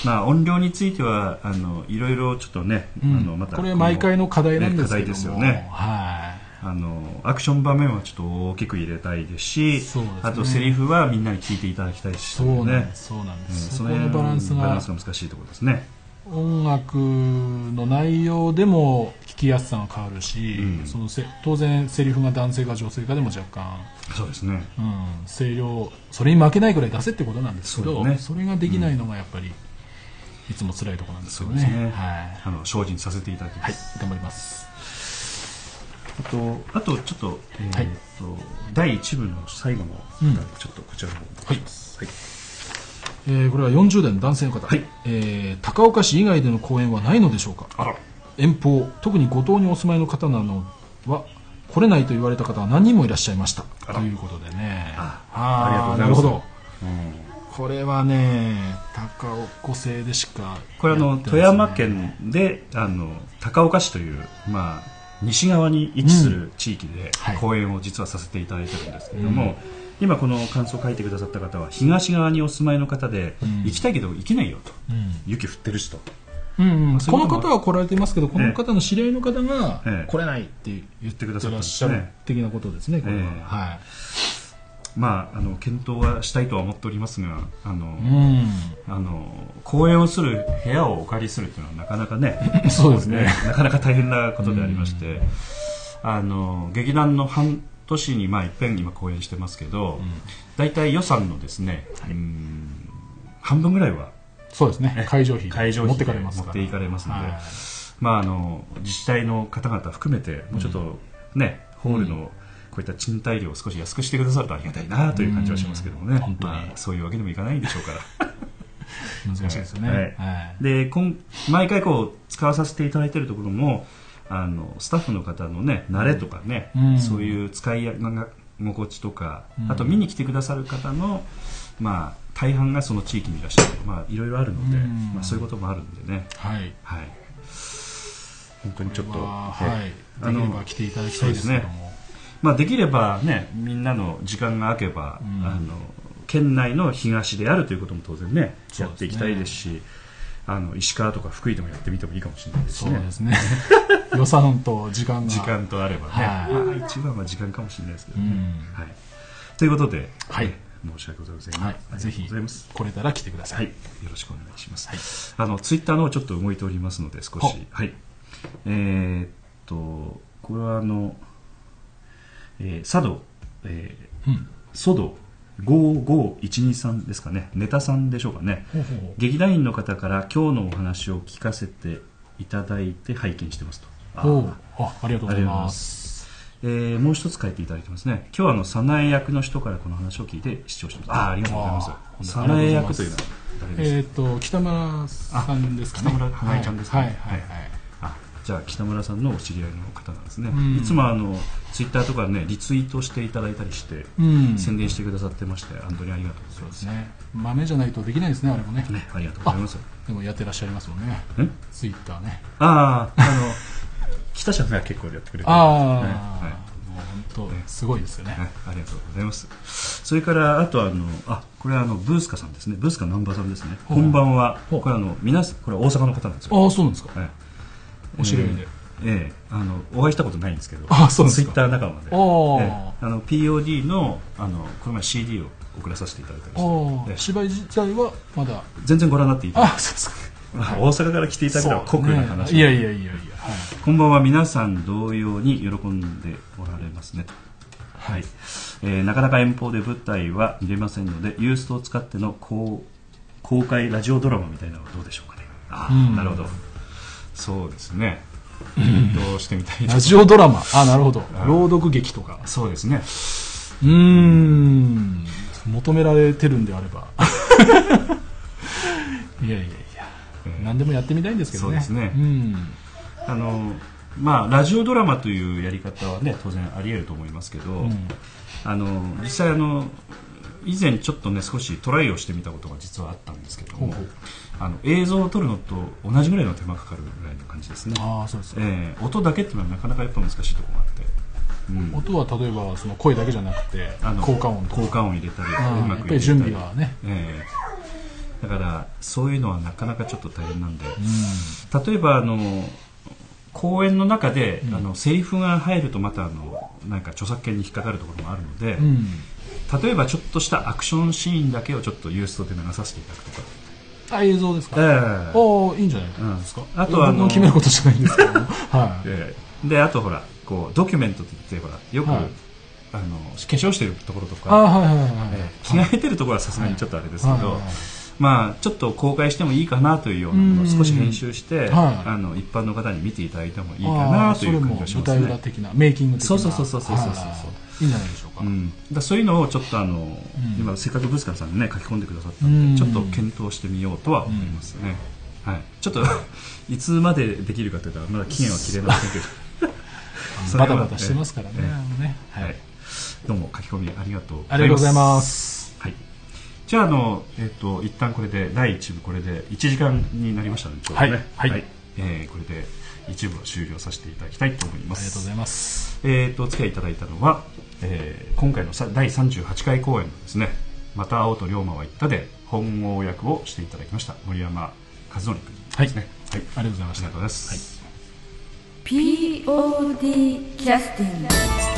Speaker 2: まあ音量についてはあのいろいろちょっとね、
Speaker 3: うん
Speaker 2: あのまた
Speaker 3: これ毎回の課題なんですけ
Speaker 2: ね課題
Speaker 3: ども、
Speaker 2: ですよね
Speaker 3: は
Speaker 2: あのアクション場面はちょっと大きく入れたいですし
Speaker 3: そうですね
Speaker 2: あとセリフはみんなに聞いていただきたい
Speaker 3: い
Speaker 2: し
Speaker 3: そうなん
Speaker 2: ね
Speaker 3: ですそうなんで
Speaker 2: うん
Speaker 3: す、
Speaker 2: そ
Speaker 3: そ
Speaker 2: の
Speaker 3: この
Speaker 2: 辺
Speaker 3: バランスが
Speaker 2: 難しいところですね
Speaker 3: 音楽の内容でも聞きやすさが変わるし、
Speaker 2: うん
Speaker 3: そのせ当然セリフが男性か女性かでも若干、
Speaker 2: そうですね
Speaker 3: うん、声量それに負けないぐらい出せってことなんですけ
Speaker 2: そ
Speaker 3: ど
Speaker 2: う
Speaker 3: そ,、
Speaker 2: だね
Speaker 3: れができないのがやっぱり、いつも辛いところなんですよね
Speaker 2: そうですね
Speaker 3: はい、
Speaker 2: あの精進させていただきま
Speaker 3: はい
Speaker 2: す、、
Speaker 3: 頑張ります
Speaker 2: あとあとちょっと,、えー
Speaker 3: はい
Speaker 2: と第1部の最後の、
Speaker 3: うん
Speaker 2: ちょっとこちらの方
Speaker 3: は
Speaker 2: は
Speaker 3: い
Speaker 2: い
Speaker 3: えーこれは40代の男性の方、
Speaker 2: はい
Speaker 3: えー高岡市以外での講演はないのでしょうか
Speaker 2: あら
Speaker 3: 遠方特に五島にお住まいの方なのは来れないと言われた方は何人もいらっしゃいました
Speaker 2: あ
Speaker 3: と
Speaker 2: ら
Speaker 3: いうことでね
Speaker 2: ああ
Speaker 3: あー
Speaker 2: りがとうございます
Speaker 3: なるほ
Speaker 2: うん
Speaker 3: どこれはね高岡製でしか
Speaker 2: これあ
Speaker 3: や
Speaker 2: の
Speaker 3: ってない
Speaker 2: 富山県であの高岡市という、まあ、西側に位置する地域で
Speaker 3: はい
Speaker 2: 公演を実はさせていただいてるんですけれども、今この感想を書いてくださった方は東側にお住まいの方で、
Speaker 3: うん
Speaker 2: 行きたいけど行けないよと
Speaker 3: うん
Speaker 2: 雪降ってるしと
Speaker 3: うんうん
Speaker 2: そう
Speaker 3: こ
Speaker 2: いう
Speaker 3: の
Speaker 2: ことも
Speaker 3: 方は来られてますけどこの方の知り合いの方が
Speaker 2: ええ
Speaker 3: 来れないって言
Speaker 2: 言
Speaker 3: っ
Speaker 2: ってくだ
Speaker 3: て
Speaker 2: さったん
Speaker 3: らっ
Speaker 2: で
Speaker 3: し
Speaker 2: す
Speaker 3: ゃる
Speaker 2: ね、
Speaker 3: 的なことですねこれは、
Speaker 2: ええ
Speaker 3: はい
Speaker 2: まあ、あの検討はしたいとは思っておりますがあの、
Speaker 3: う
Speaker 2: あの公演をする部屋をお借りするというのはなかなかね
Speaker 3: んそうですね
Speaker 2: なかなか大変なことでありまして、あの劇団の半年にまあいっぺん今公演してますけど、大体予算のですね、うん半分ぐらいは
Speaker 3: そうですね会場費
Speaker 2: 会場費
Speaker 3: 持ってかれますから
Speaker 2: 持っていかれますので
Speaker 3: はい
Speaker 2: まあ、あの自治体の方々含めてもうちょっとね、ホールのこういった賃貸料を少し安くしてくださるとありがたいなという感じはしますけどもね、
Speaker 3: うん本当に
Speaker 2: まあそういうわけでもいかないんでしょうから。
Speaker 3: 難しいですよね、
Speaker 2: はい
Speaker 3: はい
Speaker 2: で今毎回こう使わさせていただいているところもあのスタッフの方の、ね、慣れとかね、
Speaker 3: うん
Speaker 2: そういう使い心地とか、
Speaker 3: うん
Speaker 2: あと見に来てくださる方の、まあ、大半がその地域にいらっしゃるとかまあ、いろいろあるので、
Speaker 3: うん
Speaker 2: まあ、そういうこともあるんでね、
Speaker 3: はい
Speaker 2: はい、本当にちょっと、
Speaker 3: ははい、で
Speaker 2: あ
Speaker 3: きれ
Speaker 2: の
Speaker 3: ば来ていただきたいですけども、
Speaker 2: まあ、できれば、ね、みんなの時間が空けば、
Speaker 3: うん
Speaker 2: あの県内の東であるということも当然ね
Speaker 3: そうですね
Speaker 2: やっていきたいですしあの石川とか福井でもやってみてもいいかもしれないです
Speaker 3: そう
Speaker 2: ね
Speaker 3: ですね予算と時間が
Speaker 2: 時間とあればね、
Speaker 3: はい
Speaker 2: まあ、一番は時間かもしれないですけど
Speaker 3: う
Speaker 2: ね、
Speaker 3: ん、
Speaker 2: はい、ということで、
Speaker 3: はい
Speaker 2: ね申し訳ございませんが、
Speaker 3: はい
Speaker 2: ありが
Speaker 3: ぜ
Speaker 2: とう
Speaker 3: ひ
Speaker 2: ございます
Speaker 3: 来れたら来てくださ、
Speaker 2: はいい、よろしくお願いします。あのツイッターの方ちょっと動いておりますので少し
Speaker 3: は、
Speaker 2: はい、えーっとこれはあの、えー、佐渡、えー、
Speaker 3: うん
Speaker 2: ソド55123ですかねネタさんでしょうかね
Speaker 3: ほうほうほう
Speaker 2: 劇団員の方から今日のお話を聞かせていただいて拝見してますとあ
Speaker 3: ほ
Speaker 2: ー
Speaker 3: うあありがとうございます
Speaker 2: えーもう一つ書いていただいてますね今日はあの早苗役の人からこの話を聞いて視聴してますあーありがとうござい
Speaker 3: あ
Speaker 2: ま
Speaker 3: ー
Speaker 2: す早苗役というのは誰ですか、
Speaker 3: えっ、と北村さんですかね
Speaker 2: あ北村花江ちゃんですね
Speaker 3: はいはいはい、はい
Speaker 2: あじゃあ北村さんのお知り合いの方なんですね、
Speaker 3: うん
Speaker 2: いつもあのツイッターとかねリツイートしていただいたりして、
Speaker 3: うん
Speaker 2: 宣伝してくださってまして本当にありがとうございます、ね
Speaker 3: ね豆じゃないとできないですねあれもね
Speaker 2: ありがとうございます
Speaker 3: でもやってらっしゃいますもんね
Speaker 2: ん
Speaker 3: ツイッターね
Speaker 2: あああの 北シェフが結構やってくれてる
Speaker 3: ああ、
Speaker 2: はいはい
Speaker 3: もう本当すごいですよね、
Speaker 2: はいありがとうございます。それからあとあのあこれはあのブースカさんですね。ブースカ南波さんですね。
Speaker 3: ほ
Speaker 2: こ
Speaker 3: うん
Speaker 2: ばんは。
Speaker 3: ほう
Speaker 2: これあの皆さんこれ大阪の方なんですよ。
Speaker 3: ああそうなんですか
Speaker 2: はい。
Speaker 3: お知り合いで、
Speaker 2: えーえーあのお会いしたことないんですけど。
Speaker 3: あそうなんで
Speaker 2: ツ
Speaker 3: すか
Speaker 2: イッター仲間で。
Speaker 3: おー
Speaker 2: えーあの POD のあのこの前 CD を送らさせていただいたりして
Speaker 3: あ
Speaker 2: え
Speaker 3: あ
Speaker 2: ー
Speaker 3: 芝居自体はまだ
Speaker 2: 全然ご覧になっていい。
Speaker 3: あそうですか
Speaker 2: まあ大阪から来ていただくのは酷な話。
Speaker 3: いやいやいやいや、はい、
Speaker 2: こんばんは皆さん同様に喜んでおられますねとはい、えーなかなか遠方で舞台は見れませんのでユーストを使っての公公開ラジオドラマみたいなのはどうでしょうかねああ、
Speaker 3: うん
Speaker 2: なるほどそうですねどうしてみたい
Speaker 3: ラジオドラマあなるほど朗読劇とか
Speaker 2: そうですね
Speaker 3: うーん求められてるんであれば いやいやいや、
Speaker 2: うん
Speaker 3: 何でもやってみたいんですけどね
Speaker 2: そうですね
Speaker 3: ん
Speaker 2: あのまあラジオドラマというやり方はね当然あり得ると思いますけど、
Speaker 3: うん
Speaker 2: あの実際あの以前ちょっとね少しトライをしてみたことが実はあったんですけども
Speaker 3: ほうほう
Speaker 2: あの映像を撮るのと同じぐらいの手間かかるぐらいの感じですね、
Speaker 3: ああそうです、
Speaker 2: えー音だけっていうのはなかなかやっぱ難しいところがあって、うん
Speaker 3: 音は例えばその声だけじゃなくて
Speaker 2: あの
Speaker 3: 効果音とか
Speaker 2: 効果音入れたり
Speaker 3: うん
Speaker 2: 音
Speaker 3: やっ
Speaker 2: 楽
Speaker 3: ぱ
Speaker 2: 入れたり
Speaker 3: り準備はね
Speaker 2: ええだからそういうのはなかなかちょっと大変なんで、
Speaker 3: う
Speaker 2: 例えばあの公演の中で、あのセリフが入るとまたあのなんか著作権に引っかかるところもあるので、
Speaker 3: ん、うん、
Speaker 2: 例えばちょっとしたアクションシーンだけをちょっとユーストで流させていただくとか
Speaker 3: あ映像です
Speaker 2: ええ
Speaker 3: か、ああいいんじゃないですか、
Speaker 2: うんあとはあの
Speaker 3: 僕の決めることじゃないんですけども はい、
Speaker 2: でであとほらこうドキュメントって言ってほらよく、
Speaker 3: はい
Speaker 2: あの化粧してるところと
Speaker 3: あ
Speaker 2: か、
Speaker 3: はいはいはいはい、
Speaker 2: ええ着替えてるところはさすがにちょっとあれですけど、
Speaker 3: はいはいはい
Speaker 2: まあ、ちょっと公開してもいいかなというようなものを少し編集して、
Speaker 3: うんはい
Speaker 2: あの一般の方に見ていただいてもいいか
Speaker 3: あ
Speaker 2: な
Speaker 3: ー
Speaker 2: という感じがします
Speaker 3: それも舞台裏
Speaker 2: ね。
Speaker 3: 的なメイキング的な
Speaker 2: そうそうそうそうそうそうそう
Speaker 3: はいいいんじゃないでしょうか、
Speaker 2: うん、だからそういうのをちょっとあの、
Speaker 3: ん
Speaker 2: 今せっかくブスカルさんね書き込んでくださった
Speaker 3: うん
Speaker 2: んでちょっと検討してみようとは思いますね、はい、ちょっと いつまでできるかというかまだ期限は切れませんけどそれ
Speaker 3: バ
Speaker 2: は
Speaker 3: タバタしてますからね,、
Speaker 2: ええ
Speaker 3: あのね はい
Speaker 2: はい、どうも書き込みありがとうございます
Speaker 3: ありがとうございます
Speaker 2: はい、じゃああの、えっと一旦これで第1部これで1時間になりましたのでちょうどね
Speaker 3: はいはい
Speaker 2: えーこれで一部を終了させていただきたいと思いま
Speaker 3: ありがとう
Speaker 2: す
Speaker 3: ございます
Speaker 2: えー、とお付き合いいただいたのは、えー今回のさ第38回公演のですね「また青と龍馬は言った」で本郷役をしていただきました森山和則君ですね、はい
Speaker 3: ありがとうございま
Speaker 2: あ
Speaker 3: し
Speaker 2: り
Speaker 3: た
Speaker 2: がとうございます、
Speaker 1: POD キャスティング